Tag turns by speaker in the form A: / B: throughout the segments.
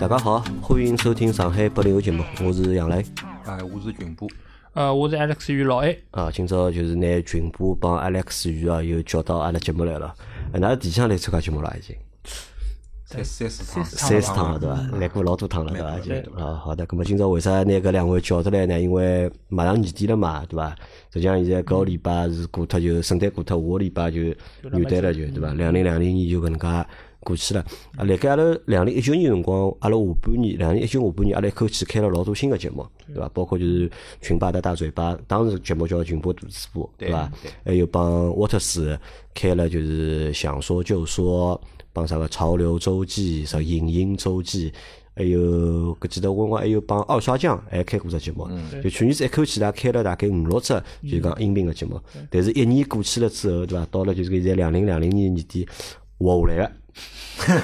A: 大家好，欢迎收听上海八零后节目，我是杨磊。
B: 哎，我是群部，
C: 呃，我是 Alex 与老 A，
A: 啊，今朝就是拿群部帮 Alex 鱼啊，又叫到阿拉节目来了。哎，㑚第几趟来参加节目了？已经
B: 三三四趟，
A: 三四
B: 四
A: 趟了，对伐？来过老多趟了，对伐？
B: 来
A: 已
B: 过
A: 经
B: 来
A: 啊，好的。咁么今朝为啥拿搿两位叫出来呢？因为马上年底了嘛，对伐？实际上现在搿个礼拜是过脱，就圣诞过脱，下个礼拜就元旦了，就对伐？两零两零年就搿能介过去了。啊，辣盖阿拉两零一九年辰光，阿拉下半年，两零一九下半年，阿拉一口气开了老多新个节目，对伐？包括就是群霸的大嘴巴，当时节目叫群霸大嘴巴，嗯对伐？还有帮沃特斯开了就是想说就说，帮啥个潮流周记、啥影音周记。还有，搿记得我辰光还有帮二刷酱还开过只节目，就去年子一口气大概开了大概五六只，就是讲音频个节目。但是，一年过去了之后，对伐？到了就是现在两零两零年年底活下 来个，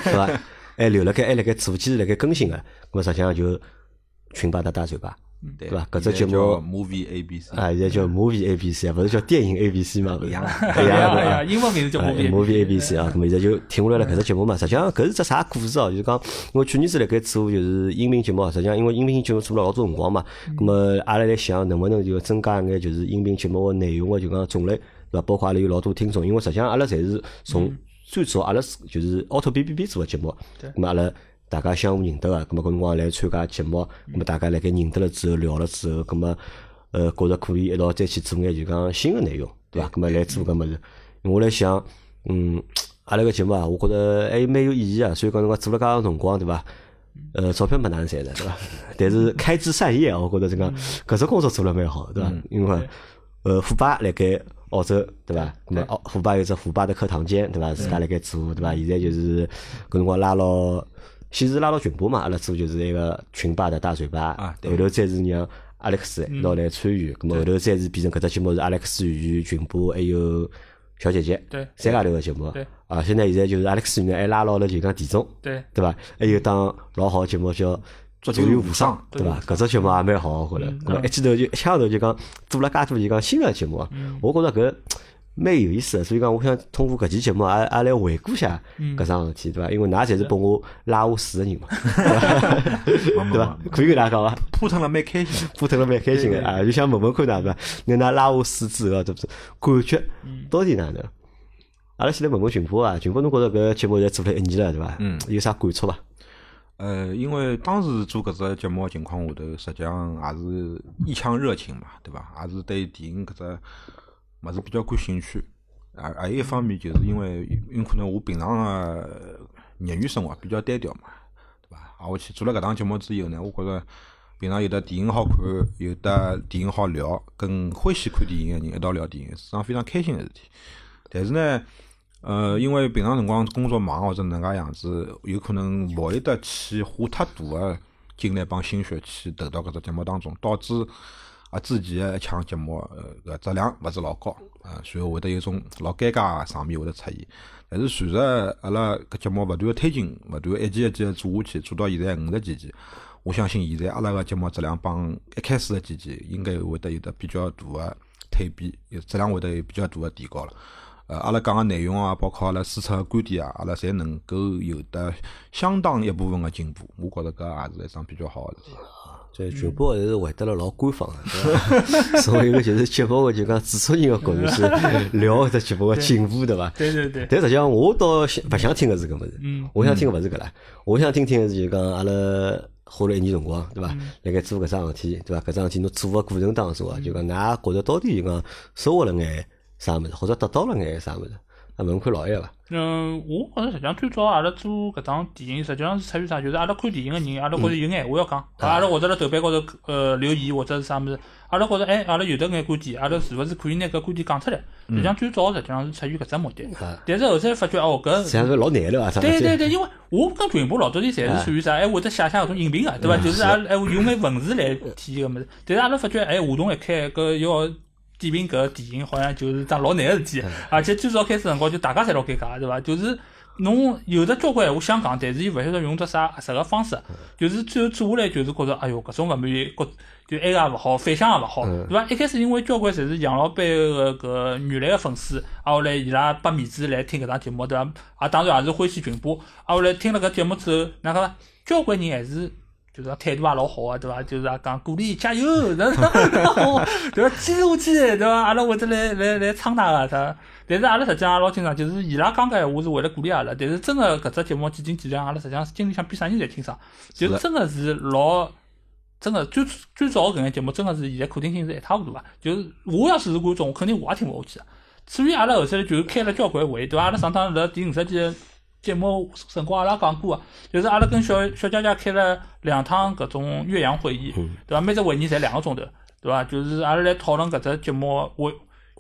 A: 对伐？还留辣盖，还辣盖做，坚持辣盖更新个。咾么实际上就群霸搭大嘴巴，嗯对伐？搿只节目
B: 叫 Movie A B C，
A: 啊，现在叫 movie A B C，勿是啊叫电影 A B C 嘛？勿是， 一样
C: 哎呀哎呀，
A: 的
C: 英文名字叫
A: 啊
C: Movie
A: movie A B C 啊，咁么现在就听下来了搿只节目嘛。实际上搿是只啥故事哦？就是讲我去年子辣盖做就是音频节目啊，实际上因为音频节目做了老多辰光嘛，咁么阿拉来想能不能就增加一眼就是音频节目个内容个就讲种类，对伐？包括阿拉有老多听众，因为实际上阿拉侪是从最早阿拉是就是凹凸 B B B 做个节目，咁么阿拉。大家相互认得个，咁么搿辰光来参加节目，咁么大家辣盖认得了之后聊了之后，咁么呃觉着可以一道再去做眼就讲新个内容，对伐？咁么来做搿物事，我来想，嗯，阿拉个节目啊，我觉着还蛮有意义啊，所以讲辰光做了介长辰光，对伐？呃，钞票没哪能赚的，对伐？ 但是开枝散叶啊，我觉着这个搿只工作做了蛮好，对伐？因为呃，虎爸辣盖澳洲，对伐？咁么澳虎爸有只虎爸的课堂间，对伐？自家辣盖做，对伐？现在就是搿辰光拉牢，先是拉牢群霸嘛，阿拉做就是一个群霸的大嘴巴，
B: 啊对
A: 后头再是让 Alex 一道来参与，咁么后头再是变成搿只节目是 Alex 与群霸还有。小姐姐，
C: 对
A: 三家头个节目
C: 对，
A: 啊，现在现在就是 Alex 呢，还哎拉牢了就讲田总，
C: 对，
A: 对伐？还有档老好的节目叫《足球无双》，对伐？搿只节目也蛮好，我觉着。咾么一记头就一腔头就讲做了介多就讲新个节目啊，我觉着搿蛮有意思的。所以讲，我想通过搿期节目也也来回顾下搿桩事体，对伐？因为㑚侪是拨我拉下水个人嘛， 对伐？可以跟㑚讲啊伐？
B: 扑腾了蛮开心，
A: 扑腾了蛮开心个啊，就想问问看㑚对伐？拿㑚拉下水之后，对哦不是感觉到底哪能？阿拉先来问问群波啊，群波侬觉着搿节目现在做了一年了，对伐？嗯，有啥感触伐？
B: 呃，因为当时做搿只节目个情况下头，实际上也是一腔热情嘛，对伐？也是对电影搿只物事比较感兴趣。啊，还有一方面就是因为有可能我平常个业余生活比较单调嘛，对伐？啊，我去做了搿档节目之后呢，我觉着平常有的电影好看，有的电影好聊，跟欢喜看电影个人一道聊电影，是桩非常开心个事体。但是呢，呃，因为平常辰光工作忙或者哪能介样子，有可能勿会得去花太大个精力帮心血去投到搿只节目当中，导致啊之前个一腔节目呃搿质量勿是老高啊，所以会得有种老尴尬个场面会得出现。但是随着阿拉搿节目勿断个推进，勿断地一季一季地做下去，做到现在五十几集，我相信现在阿拉个节目质量帮一开始个几集应该会得有得比较大个蜕变，有质量会得有比较大个提高了。呃，阿拉讲个内容啊，包括阿拉输出个观点啊，阿拉侪能够有得相当一部分个进步。我觉着搿也是一桩比较好个事体。啊
A: 所以全部还是回答了老官方的，对吧 从一个就是节目的就讲制作人的角度去聊这节目的进步，对伐？
C: 对对对，
A: 但实际上我倒想不想听的是搿物事，
C: 嗯
A: 我想听的勿是搿啦，我想听听的是就讲阿拉花了一年辰光，对
C: 嗯
A: 伐？辣盖做搿桩事体，对伐？搿桩事体侬做个过程当中啊，就讲㑚觉着到底就讲收获了眼啥物事，或者得到了眼啥物事？啊，问看老一伐？
C: 嗯，我觉着实际上最早阿拉做搿档电影，实际上是出于啥？就是阿拉看电影个人，阿拉觉着有眼话要讲，啊阿拉或者辣豆瓣高头呃留言或者是啥物事，阿拉觉着哎，阿拉有得眼观点，阿拉是勿是可以拿搿观点讲出来？实际上最早实际上是出于搿只目的
A: 啊，
C: 但是后头发觉哦搿
A: 实际上是老难了伐？
C: 对
A: 对，
C: 对对，因为我跟群部老早天侪是属于啥，还会得写写搿种影评啊个，对伐？就是阿拉还会用眼文字来体现搿物事。但是阿拉发觉，哎，话筒一开，搿要点评搿电影，好像就是桩老难个事体。而且最早开始辰光，就大家侪老尴尬，对伐？就是侬有的交关闲话想讲，但是伊勿晓得用只啥合适个方式，就是最后做下来就是觉着，哎哟，搿种勿满意，觉就埃个也勿好，反响也勿好，对伐？一开始因为交关侪是杨老板个搿原来个粉丝，啊后来伊拉拨面子来听搿档节目，对伐？啊当然也是欢喜群播，啊后来听了搿节目之后，哪能讲呢？交关人还是就是讲态度也老好啊，对伐？就是也讲鼓励加油，然后 对伐？坚持下去，对伐？阿拉会得来来来撑大个，他。但是阿拉实际上也老经常，就是伊拉讲个闲话是为了鼓励阿拉，但是真个搿只节目几斤几两，阿拉实际上心里向比啥人侪清爽，就是
B: 的
C: 真个是老。真个最最早搿眼节目，真个是现在可听性是一塌糊涂啊！就是我要是是观众，我肯定我也听勿下去啊。所以阿拉后头就是开了交关会，对伐？阿拉上趟辣第五十期的节目辰光，阿拉讲过啊，就是阿拉跟小小佳佳开了两趟搿种岳阳会议，对伐？每只会议侪两个钟头，对伐？就是阿拉来讨论搿只节目，我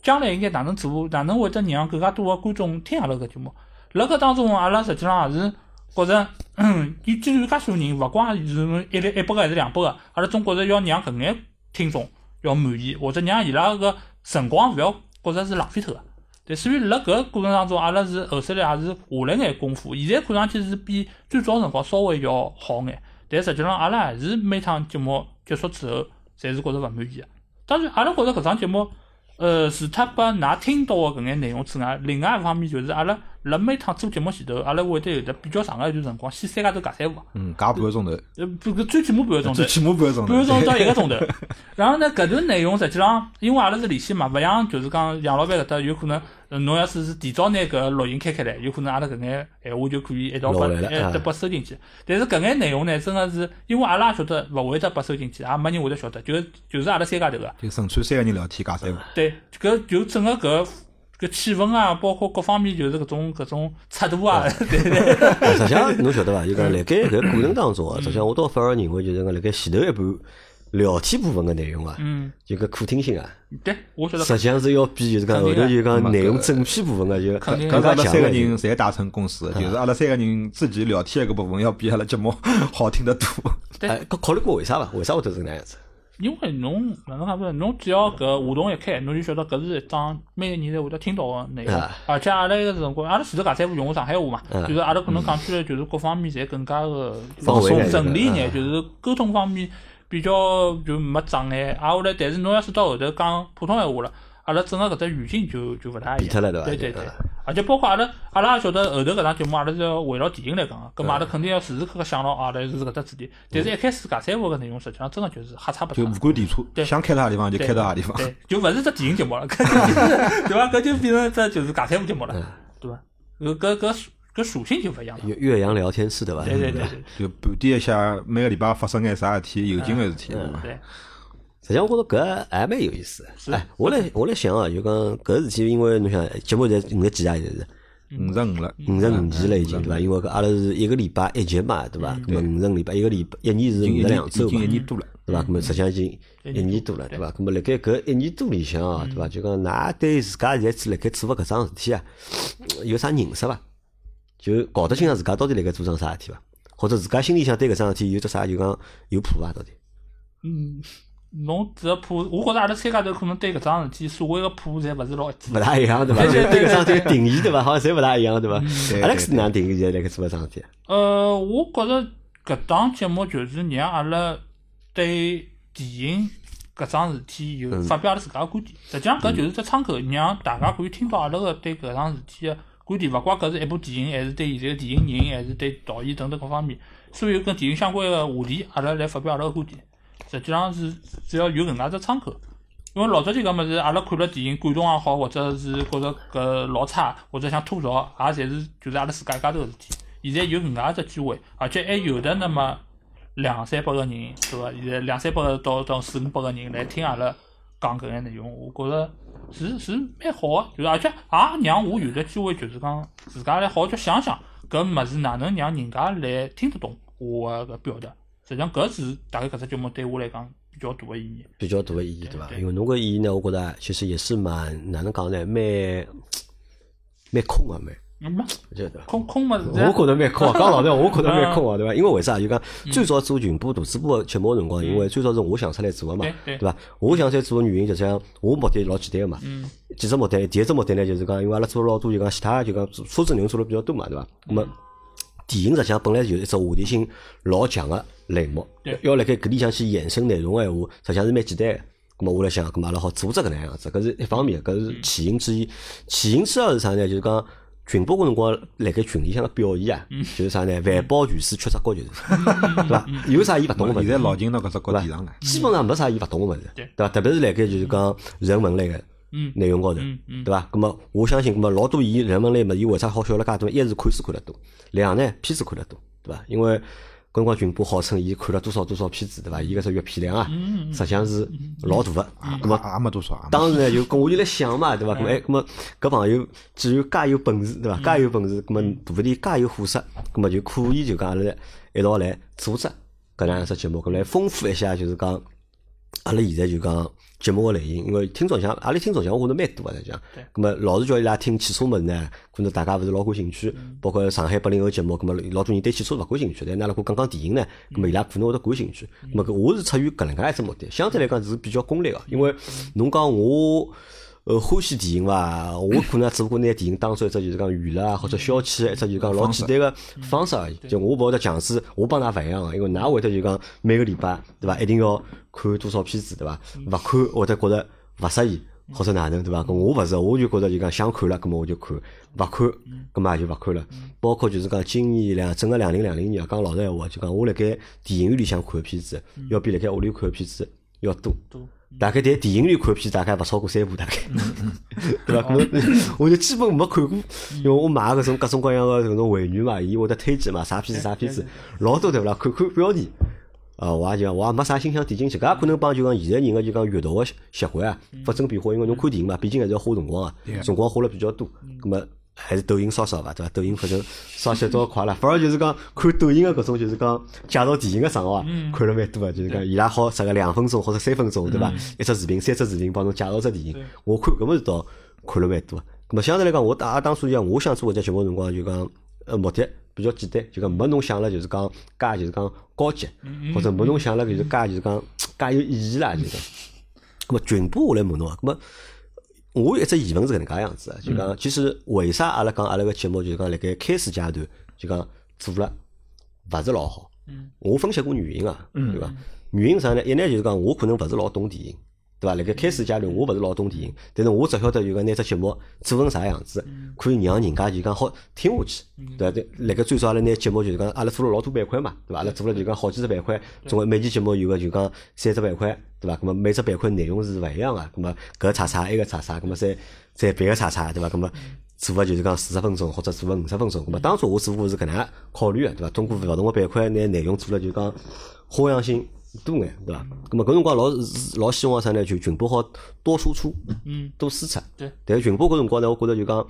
C: 将来应该哪能做，哪能会得让更加多的观众听阿拉搿节目。辣搿当中，阿拉实际上也是觉着，嗯伊既然有介许多人，勿光是侬一一百个还是两百个，阿拉总觉着要让搿眼听众要满意，或者让伊拉个辰光勿要觉着是浪费脱个。对，所以辣搿个过程当中，阿拉是后首来也是下了眼功夫，现在看上去是比最早辰光稍微要好眼，但实际上阿拉还是每趟节目结束之后，侪是觉着勿满意个。当然，阿拉觉着搿场节目，呃，除脱拨㑚听到个搿眼内容之外，另外一方面就是阿拉辣每趟做节目前头，阿拉会得有得比较长个一段辰光，先三家头尬三胡啊，
B: 嗯，加半个钟头，
C: 呃，不搿最起码半个钟头
B: 最。起码半个钟头
C: 半个。钟头到一个钟头。然后呢，搿段内容实际上，因为阿拉是连线嘛，勿像就是讲杨老板搿搭有可能，呃侬要是是提早拿搿录音开开来，有可能阿拉搿眼闲话就可以一道把
A: 录下来
C: 哎
A: 啊
C: 得拨收进去。但是搿眼内容呢，真个是因为阿拉也晓得勿会得拨收进去，也没人会得晓得，就就是阿拉三家头个。
B: 就纯粹三个人聊天加三个，
C: 对，搿就整个搿搿气氛啊，包括各方面就是搿种搿种尺度啊， 对对。
A: 啊实际上侬晓得伐？就讲辣盖搿个过程当中
C: 嗯
A: 啊，实际上我倒反而认为就是讲辣盖前头一半聊天部分个内容啊，
C: 嗯，
A: 就搿可听性啊，
C: 对，我晓得。
A: 实际上是要比就是讲后头就讲内容整批部分个就
C: 嗯肯定
A: 更
B: 搿是
A: 加
B: 阿拉
A: 强
B: 三个
A: 了一点。
B: 人侪达成共识，
C: 嗯
B: 就是阿拉三个人自己聊天的搿部分要比阿拉节目 好听得多。
C: 对
A: 哎，搿考虑过为啥伐？为啥会得是搿能样子？
C: 因为侬哪能讲法呢？侬只要搿话筒一开，侬就晓得搿是一档每个人侪会得听到个内容
A: 啊。
C: 而且阿拉个辰光，阿拉前头搿三部用个上海话嘛，
A: 嗯
C: 就是阿拉可能讲起来就是各方面侪更加个
A: 方
C: 放
A: 位
C: 松
A: 眼
C: 整理
A: 嗯
C: 眼，就是沟通方面比较就没障碍。啊，后来但是侬要是到后头讲普通闲话了，阿拉整个搿只语境就就勿大一
A: 变脱了
C: 样。
A: 对伐？
C: 对对对
A: 嗯。
C: 而且包括阿拉，阿拉也晓得后头搿档节目，阿拉是要围绕电影来讲个，葛末阿拉肯定要时时刻刻想牢啊，阿拉是搿只主题。但是一开始搿三部个内容，实际上真个就是瞎差不
B: 就
C: 差
B: 无。关地处
C: 对，
B: 想开到啥地方就开到啥地方。
C: 对，就勿是只电影节目 了，搿就是对伐？搿就变成只就是尬三胡节目了，对伐？搿搿搿属搿属性就勿一样了。
A: 岳岳阳聊天室对伐？
C: 对对对对
B: 就盘点一下每个礼拜发生眼啥事体，有劲个事体，对伐？
C: 对，
A: 实际上，我觉着搿还蛮有意思。哎，我来我来想啊，就讲搿事体，因为侬想节目侪五十几啊，现在是
C: 嗯
B: 五十五了，
A: 五十五期了已经对伐？因为搿阿拉是一个礼拜一集嘛，对伐？那么五十五礼拜一个礼拜一年是五
B: 已经一
C: 嗯
A: 十
B: 年
A: 两
B: 已
A: 周
B: 经
A: 嘛
B: 一，年多了。
A: 对伐？那么实际上已经嗯一年多了，对伐？那么辣盖搿一年多里向啊，对伐？就讲㑚对自家现在辣盖做搿桩事体啊，有啥认识伐？就搞得清爽自家到底辣盖做桩啥事体伐？或者自家心里向对搿桩事体有只啥就讲有谱伐？到底？
C: 嗯，侬只谱，我觉着阿拉三家头可能对搿桩事体所谓个谱侪勿是老一致
A: 勿。大一样对伐？
C: 对
A: 对
C: 对
A: 对搿桩事体定义对伐？好像侪勿大一样对伐
B: 对对
A: ？Alex 是哪能定义现在辣盖做搿桩事体？啊
C: 呃，我觉着搿档节目就是让阿拉对电影搿桩事体有发表阿拉自家个观点。实际上搿就是只窗口，让大家可以听到阿拉个对搿桩事体个观点，勿怪搿是一部电影，还是对现在个电影人，还是对导演等等各方面，所有跟电影相关个话题，阿拉来发表阿拉个观点。实际上是只要有搿能介只窗口。因为老早就讲么子，阿拉看了电影感动也好，或者是觉着搿老差，或者想吐槽，也侪是就是阿拉自家一家头个事体。现在有搿能介只机会，而且还有的那么两三百个人，对伐？现在两三百个到到四五百个人来听阿拉讲搿眼内容，我觉着是是蛮好个，就是而且也让我有的机会，就是讲自家来好好叫想想搿物事哪能让人家来听得懂我个搿表达。实际上搿是大概搿只节目对我来讲比较大个意义。
A: 比较大个意义对伐？
C: 对
A: 因为侬搿意义呢，我觉得其实也是蛮哪能讲呢，蛮蛮空个蛮，
C: 嗯嘛。
A: 我觉得。
C: 空空嘛，是
A: 我觉得蛮空啊，讲老实话，我觉得蛮空啊，对伐？因为为啥？就讲
C: 嗯
A: 最早做群播、大主播节目个辰光，因为最早是我想出来做个嘛，
C: 对对嗯
A: 对伐？我想出来做个原因，就讲我目的老简单个嘛，几只目的，第一只目的呢就是讲，因为阿拉做了老多就讲其他就讲车子内容做了比较多嘛，对伐？那么电影实际上本来就是一只话题性老强个类目
C: 对，
A: 要辣盖搿里向去延伸内容个闲话，实际上是蛮简单个。咁么我辣想，咁么阿拉好做只搿能样子，搿是一方面，搿是
C: 嗯
A: 起因之一。起因之二是啥呢？就是讲。群播个辰光，辣盖群里向个表现啊，
C: 嗯
A: 就是啥呢？万宝全书缺只 角，就是，对伐？有啥伊勿懂个物
B: 现
A: 事
B: 在老金到搿只
A: 对
B: 高
A: 吧
B: 地上了，
A: 基本上没啥伊勿懂个物事，
C: 对
A: 伐？特别是辣盖就是讲人文类个
C: 嗯
A: 内容高头
C: 嗯，嗯
A: 对伐？咁么我相信，咁么老多伊人文类物事，伊为啥好笑了介多？一是看书看了多，两呢片子看了多，对伐？因为搿辰光群播号称伊看了多少多少片子，对伐？伊搿只阅片量啊，
C: 嗯
A: 实际上是老大个。咁么
B: 也也没多少，也没
A: 当时呢，就跟我就来想嘛，对伐？咁哎，咁么搿朋友既然介有本事，对伐？介有本事，咁么啊大不里介有货色，咁啊么就可以就讲阿拉一道来组织搿能样一只节目，咁来丰富一下，就是讲阿拉现在就讲节目个类型，因为听众像阿拉听众像我觉着蛮多个，实际上
C: 对，
A: 咁么老是叫伊拉听汽车物事呢，可能大家勿是老感兴趣，包括上海八零后节目，咁么老多人对汽车勿感兴趣，但那如果讲讲电影呢，咁么伊拉可能会得感兴趣。咁啊么搿我是出于搿能介一只目的，相对来讲是比较功利个，因为侬讲我。呃，欢喜电影伐？我可能只不过拿电影当做一只就是讲娱乐啊，或者消遣的一只就是讲老简单个方式而已。就我勿会得强制，我帮㑚勿一样个，因为㑚会得就讲每个礼拜对伐，一定要看多少片子对伐？勿看会得觉着勿适意，或者哪能对伐？咁我勿是，我就觉着就讲想看了，咁么我就看，勿看，咁么也就勿看了。包括就是讲今年两整个两零两零年啊，讲老实闲话，就讲我辣盖电影院里向看个片子，要比辣盖屋里看个片子要多。
C: 多
A: 大概在电影院看片大概勿超过三部，大概， 对伐？咁我就基本没看过，因为我买搿种各种各样的搿种会员嘛，伊会得推荐嘛，啥片子啥片子，老多对勿啦？看看标题，啊，我也就我也没啥心想点进去，搿也可能帮就讲现在人个就讲阅读个习习惯啊发生变化，因为侬看电影嘛，毕竟还是要花辰光啊，嗯辰光花了比较多，咁么。还是抖音刷刷伐，对伐？抖音反正刷起来倒快了，反而就是讲看抖音个搿种就是讲介绍电影个账号啊，看了蛮多个，就是讲伊拉好啥个两分钟或者三分钟，对伐？一只视频、三只视频帮侬介绍只电影
C: 对，
A: 我看搿么是倒看了蛮多个。咁么相对来讲，我大当初讲我想做搿只节目个辰光，就讲呃目的比较简单，就讲没侬想了就是讲介就是讲高级，或者没侬想了就是介就是讲介有意义啦，就是讲。咁么全部我来问侬啊，咁么我有一只疑问是搿能介样子啊，就讲其实为啥阿拉讲阿拉个节目就是讲辣盖开始阶段就讲做了勿是老好，
C: 嗯
A: 我分析过原因啊，对伐？原因是啥呢？一呢就是讲我可能勿是老懂电影，对伐？辣盖开始阶段我勿是老懂电影，但是我只晓得就讲拿只节目做成啥样子，可以让人家就讲好听下去，对伐？对，辣盖最少阿拉拿节目就是讲阿拉做了老多板块嘛，对伐？阿拉做了就讲好几只板块，总共每期节目有个就讲三只板块，对伐？咁么每只板块内容是勿一样个，咁么搿叉叉埃个叉叉，咁么再再别个叉叉，对伐？咁么。做个就是讲四十分钟或者做个五十分钟，咁么当初我只不过是搿能样考虑个，对伐？通过勿同个板块拿内容做了就讲花样性多眼，对伐？咁么搿辰光老是老希望啥呢？就群播好多输出，
C: 嗯，
A: 多输出。
C: 对
A: 但是群播搿辰光呢，我觉着就讲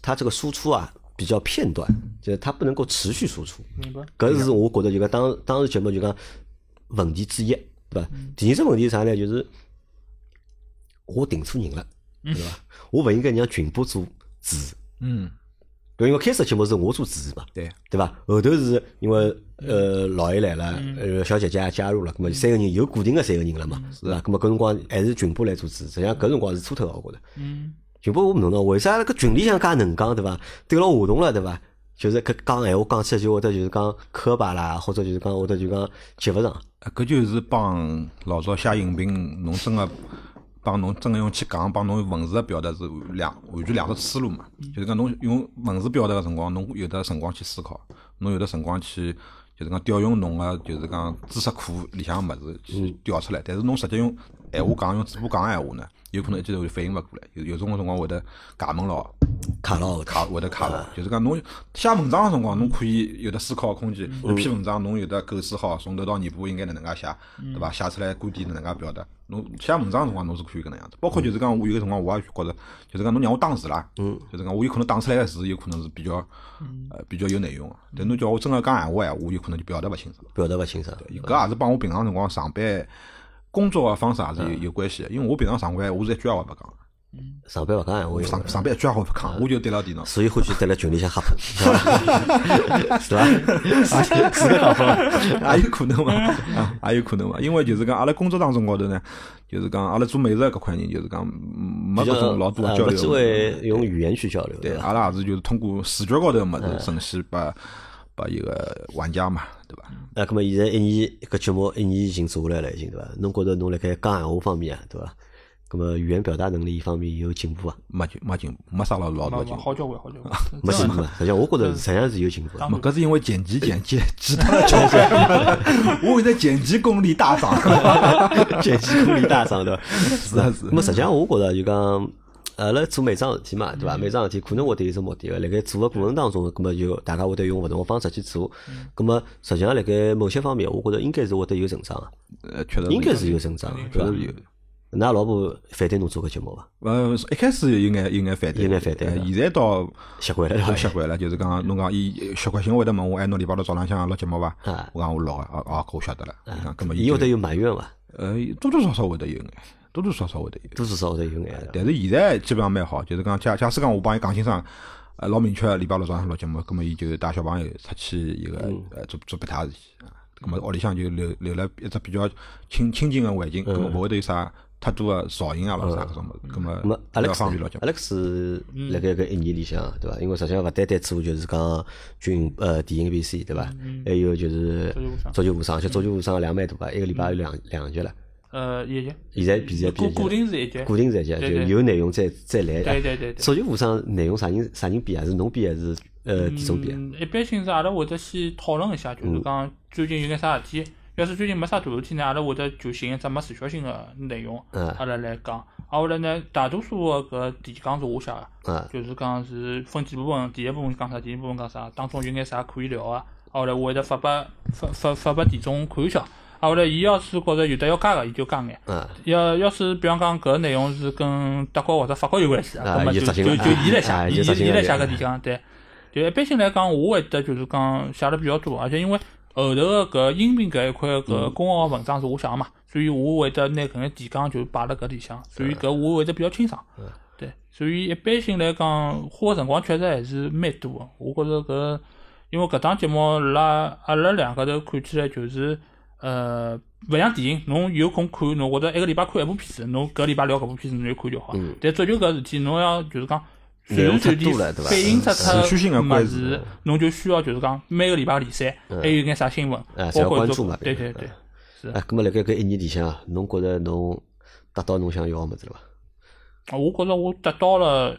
A: 它这个输出啊比较片段，就是它不能够持续输出。
C: 明白。
A: 搿是我觉得就讲当当时节目就讲问题之一，对伐？第二只问题是啥呢？就是我定错人了，对伐？我勿应该让群播做主持，
B: 嗯，
A: 对，因为开始节目是我做主持嘛，
B: 对，
A: 对伐？后头是因为呃老爷来了，呃小姐姐也加入了，咁么三个人有固定的三个人了嘛，是伐？咁么搿辰光还是群播来做主持，实际上搿辰光是错头的，啊我觉得。
C: 嗯，
A: 群播我勿懂了，为啥搿群里向介能讲对伐？对牢话筒了对伐？就是哎搿讲闲话讲起来就会得就是讲磕巴啦，或者就是讲会得就讲接勿上。
B: 啊搿就是帮老早写影评，侬真个帮侬真个用去讲，帮侬文字个表达是两完全两只思路嘛。就是讲侬用文字表达个辰光，侬有的辰光去思考，侬有的辰光去就是讲调用侬个就是讲知识库里向个物事去调出来。但是侬直接用闲话讲，用嘴巴讲个闲话呢，有可能一记头就反应勿过来，有有种个辰光会得夹门牢。
A: 卡牢后头
B: 卡会得卡牢，就是讲侬写文章个辰光，侬可以有得思考个空间。一篇文章侬有得构思好，从头到尾巴应该哪能介写，对伐？写出来观点哪能介表达。侬写文章个辰光，侬是可以搿能样子。包括就是讲，我有个辰光我也觉着，就是讲侬让我打字啦，就是讲我有可能打出来个字，有可能是比较呃比较有内容个。但侬叫我真个讲闲话闲话，我有可能就表达勿清爽。
A: 表达勿清爽。
B: 搿也是帮我平常辰光上班工作个方式也是有有关系的，因为我平常上班，我是一句闲话也勿讲的，
A: 上班勿讲闲话用
B: 上。上班一句话勿讲，我就对牢电脑。
A: 所以欢喜蹲辣群里向吓 喷，是吧？是吧？是是搿讲法伐。
B: 也有可能嘛，啊，也有可能嘛，因为就是讲阿拉工作当中高头呢，就是讲阿拉做美术搿块人，就是讲没
A: 比较
B: 搿种老多
A: 呃
B: 的交
A: 没机
B: 流。
A: 会用语言去交流，
B: 对，啊
A: 伐？
B: 阿拉也是就是通过视觉高头的物
A: 嗯
B: 事，呈现拨拨一个玩家嘛，对伐？
A: 那咁么现在一年搿节目一年已经做下来了，已经对伐？侬觉着侬辣盖讲闲话方面啊，对伐？咁么语言表达能力方面有进步啊？
B: 没进没进步，没啥老老
C: 没
B: 多
C: 没
B: 进步。
C: 好交关，好交关，
A: 没进
C: 真
A: 步
C: 的
A: 啊？实际上我觉着实际上是有进步的。
B: 没，搿是因为剪 辑剪辑其他的交关， 我现在剪辑功力大涨。
A: 剪辑功力大涨，对伐？
B: 是啊是啊
A: 那么实际上，我觉着就讲，阿拉做每桩事体嘛，对伐？每桩事体可能会得有只目的个，辣盖做个过程当中，葛么就大家会得用勿同个方式去做。葛么实际上，辣盖某些方面，我觉着应该是会得有成长个，
B: 呃，确实
A: 嗯应该是有成长个，
B: 确
A: 对
B: 实有
A: 伐。？㑚老婆反对侬做搿节目伐？
B: 呃，一开始有眼有眼反对，
A: 有眼反对
B: 呃现在倒
A: 习惯了，
B: 太
A: 对
B: 习
A: 伐？
B: 惯了，就是讲侬讲伊习惯性会得问我，哎，侬礼拜六早浪向录节目伐
A: 啊？
B: 我讲我录个，啊啊，搿我晓得了。伊讲，搿么
A: 伊会
B: 就
A: 得有埋怨伐？
B: 呃多多少少会得有眼，多多少少会得有。
A: 多多少少会得有眼的。
B: 但是现在基本上蛮好，就是讲假假使讲我帮伊讲清爽，呃，老明确礼拜六早上录节目，葛么伊就带小朋友出去一个
A: 嗯
B: 呃做做别他事体啊，葛么屋里向就留留了一只比较清清静个环境，
A: 嗯
B: 葛么勿会得有啥太多个噪音啊咾啥搿种物事，葛么
A: 咁么
B: 比较
A: 嗯 Alex
B: 方便录节目。
A: Alex
C: 嗯
A: 辣盖搿一年里向，对伐？因为实际上勿单单做就是讲军呃电影 VC 对伐？
C: 嗯
A: 还有就是足球无双，而且足球无双量蛮大伐，一个礼拜有两两集了。
C: 呃，一级，
A: 现在比赛比
C: 固固定是一级，
A: 固定在讲，就
C: 对对
A: 有内容再再来。啊
C: 对对对对
A: 足球无双内容啥人啥人编啊？是侬编还是呃体重编？
C: 嗯，一般性是阿拉会得先讨论一下，
A: 嗯
C: 就是讲最近有眼啥事体。要是最近没啥大事体呢，阿拉会得就寻一只没时效性个内容，
A: 嗯
C: 阿拉来讲。啊，后来呢，大多数个搿提纲是我写个，
A: 啊，
C: 就是讲是分几部分，第一部分讲啥，第二部分讲啥，当中有眼啥可以聊啊。啊后来我会得发拨发发发拨田总看一下。啊后来伊要是觉着有得要加个，伊就加眼。
A: 啊，
C: 要要是比方讲搿内容是跟德国或者法国有关系
A: 啊
C: 葛末
A: 伊执
C: 就就
A: 行
C: 就
A: 了
C: 伊来
A: 啊
C: 写，
A: 伊
C: 伊
A: 执行
C: 伊
A: 了
C: 来写搿地方，对。就一般性来讲，我会得就是讲写的比较多，而且因为后头个搿音频搿一块搿
A: 嗯
C: 公号文章是我写的嘛，所以我会得拿搿眼提纲就摆辣搿里向，所以搿我会得比较清爽。对，所以一般性来讲，花个辰光确实还是蛮多个。我觉着搿，因为搿档节目辣阿拉两个头看起来就是，呃，勿像电影，侬有空看，侬或者一个礼拜看一部片子，侬搿礼拜聊搿部片子侬就看就好。但足球搿事体，侬要就是讲。
A: 嗯内
C: 随
A: 容
C: 时随
A: 太
C: 地
A: 多了对吧嗯
C: 反映出它
B: 持续性的关
C: 物
B: 注
C: 事，侬就需要就是讲每个礼拜联赛，还有眼啥新闻，
A: 嗯啊侪要
C: 包括
A: 关
C: 足
A: 注嘛
C: 对
A: 对
C: 对对，
A: 啊，咁么辣盖搿一年里向啊，侬觉着侬达到侬想要个物事了伐？
C: 啊我觉着我达到了，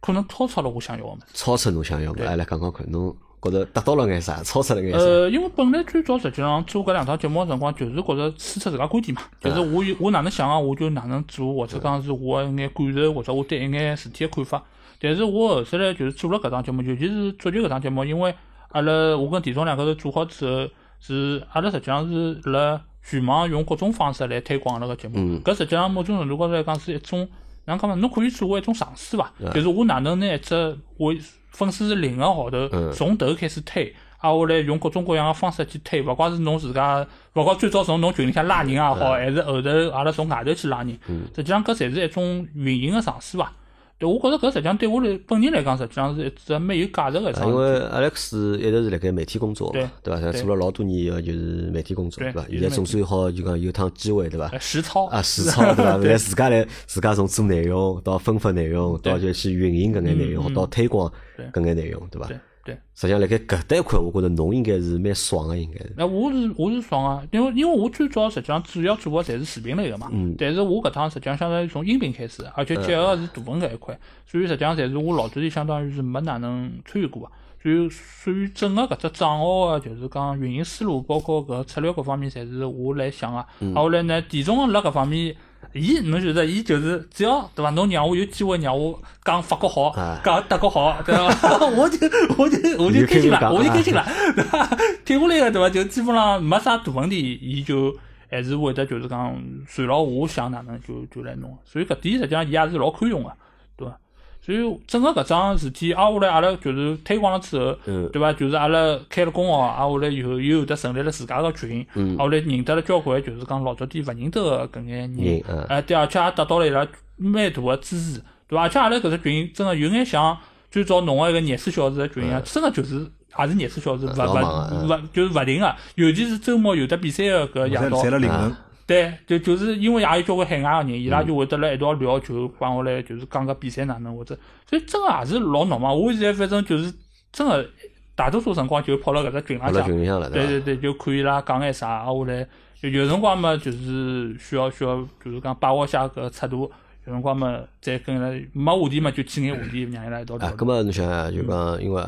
C: 可能超出了我想要的。
A: 超出侬想要个，阿拉讲讲看，侬觉着达到了眼啥？超出了眼啥？
C: 呃，因为本来最早实际上做搿两档节目个辰光，就是觉着输出自家观点嘛，就是我有我哪能想啊，我就哪能做，或者讲是我一眼感受，或者我对一眼事体个看法。但是我后头来就是做了搿档节目，尤其是足球搿档节目，因为阿拉我跟田总两个头做好之后，是阿拉实际上是辣全网用各种方式来推广阿拉个节目。搿实际上某种程度高头来讲是一种，哪能讲嘛？侬可以作为一种尝试伐？就是我哪能拿一只我粉丝是零个号头从头开始推。啊，我来用各种各样个方式去推，勿怪是侬自家，勿怪最早从侬群里向拉人也好，还是后头阿拉从外头去拉人，实际上搿侪是一种运营个尝试伐？对，我觉着搿实际上对我来本人来讲，实际上是一只蛮有价值个
A: 啊
C: 一桩
A: 因
C: 事
A: 为 Alex 一直是辣盖媒体工作嘛，对伐？他做了老多年个就是媒体工作，对
C: 对
A: 伐？
C: 一
A: 现
C: 直
A: 在
C: 媒
A: 总
C: 体
A: 算
C: 哎
A: 好就讲有趟机会，对伐
C: 体，？呃实操
A: 啊，实操对伐？来自家来，自家从做内容到分发内容，到就去运营搿眼内容，到推广搿眼内容，对伐？
C: 对对。
A: 实际上，辣盖搿搭一块，我觉着侬应该是蛮爽个，应该是。
C: 那我是我是爽啊，因为因为我最早实际上主要做的侪是视频类个嘛，但是我搿趟实际上相当于从音频开始，而且结合的是图文搿一块，所以实际上侪是我老早里相当于是没哪能参与过个，啊所以所以整个搿只账号啊，就是讲运营思路，包括搿策略各方面，侪是我来想个、啊。后来呢，田总辣搿方面。伊侬晓得，伊就是只要对伐？侬让我有机会让我讲法国好
A: 啊，
C: 讲德国好，对伐？ 我就我就我哎就开心了，啊我就开心了， 对伐？挺下来个对伐？就基本上没啥大问题，伊就还是会得就是讲随牢我想哪能就就来弄，所以搿点实际上伊也是老宽容个，对伐？所以整个搿桩事体，挨下来阿拉就是推广了之后，对伐？就是阿拉开了啊公号，挨下来又又有得成立了自家个群，挨下来认得了交关，就是讲老早点勿认得个搿眼
A: 人
C: 人，
A: 嗯
C: 啊，对，而且也得到了伊拉蛮大个支持。对伐？而且阿拉搿只群真个有眼像最早侬个一个廿四小时个群啊，真个就是也是廿四小时，勿勿
A: 嗯老忙啊
C: 勿就是勿停个，尤其是周末有得比赛个搿夜
B: 侪
C: 到
B: 侪，辣凌晨
A: 啊，
C: 对，就就是因为也有交关海外个人，伊拉
A: 嗯
C: 就会得辣一道聊球，帮我来就是讲个比赛哪能或者，所以真个也是老闹忙。我现在反正就是真个大多数辰光就泡辣搿只群
A: 阿
C: 浪
A: 拉
C: 向。
A: 群里向了，
C: 啊对
A: 伐？
C: 对对，就看伊拉讲眼啥，啊，我来有有辰光嘛，就是需要需要，就是讲把握一下搿尺度。有辰光嘛，再跟伊拉没话题嘛，就起眼话题，让伊拉一道聊
A: 啊，。葛末侬想啊，就讲因为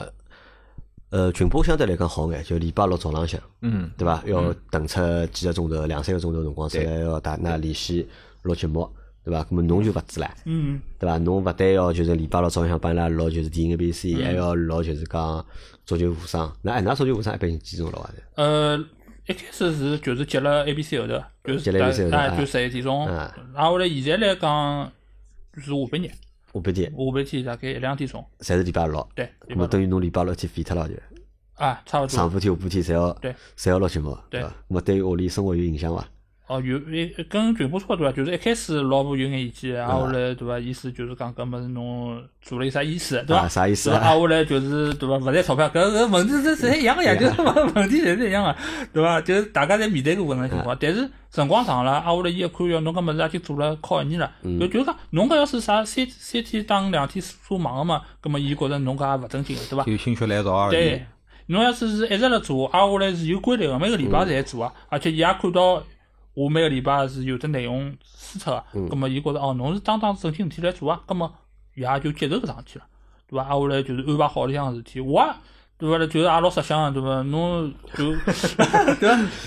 A: 呃群播相对来讲好眼，就礼拜六早浪向，
B: 嗯，
A: 对伐？要等出几个钟头，两三个钟头辰光，出来要带㑚联系录节目，对伐？葛末侬就勿止唻。
C: 嗯，
A: 对伐？侬勿但要就是礼拜六早向帮伊拉录就是
C: 嗯
A: DNBC，还要录就是讲足球无双。那哎，㑚足球无双一般性几钟了伐？
C: 呃，一开始是就是接了 A B C 后头，就
A: 接
C: 是
A: 了 ABC 后头
C: 哎，
A: 啊
C: 就十一点钟。
A: 啊
C: 然后来现在来讲，就是下半日，下
A: 下半天
C: 半天大概一两点钟，
A: 侪是礼拜六，
C: 对，
A: 那
C: 对
A: 么
C: 吧？
A: 等于侬礼拜六天废脱了就，
C: 啊，差不
A: 上
C: 多。
A: 半天下半天侪要
C: 对
A: 侪要录节目，
C: 对
A: 伐？那么对于屋里生活有影响伐？
C: 哦，有一跟全部差不多啊，就是一开始老婆有眼意见，啊，后来对伐？意思就是讲搿物事侬做了有啥意思，对
A: 啊，
C: 伐？
A: 啥意思
C: 是啊，
A: 啊？
C: 下来就是对伐？勿赚钞票，搿搿问题是侪一样个呀，就是 问题侪是一样个，对伐？就是大家侪面对搿问题情况，但是辰光长了，啊，下来伊一看，哟，侬搿物事也去做了靠一年了，就就是讲侬搿要是啥三三天打鱼两天晒网个嘛，葛末伊觉着侬搿也勿正经个，
A: 啊
C: 对伐？
B: 有心血来潮而已
C: 对。，侬要是是一直辣做，挨下来是有规律个，每个礼拜侪做啊，
B: 嗯
C: 而且伊也看到我每个礼拜是有的内容输出个，
B: 嗯
C: 葛末伊觉着哦，侬是当当正经事体来做啊，葛末伊也就接受搿桩事体了，对伐？挨下来就是安排好屋里向个事体，我也对伐？就是也老识相啊个，对伐？侬就对伐？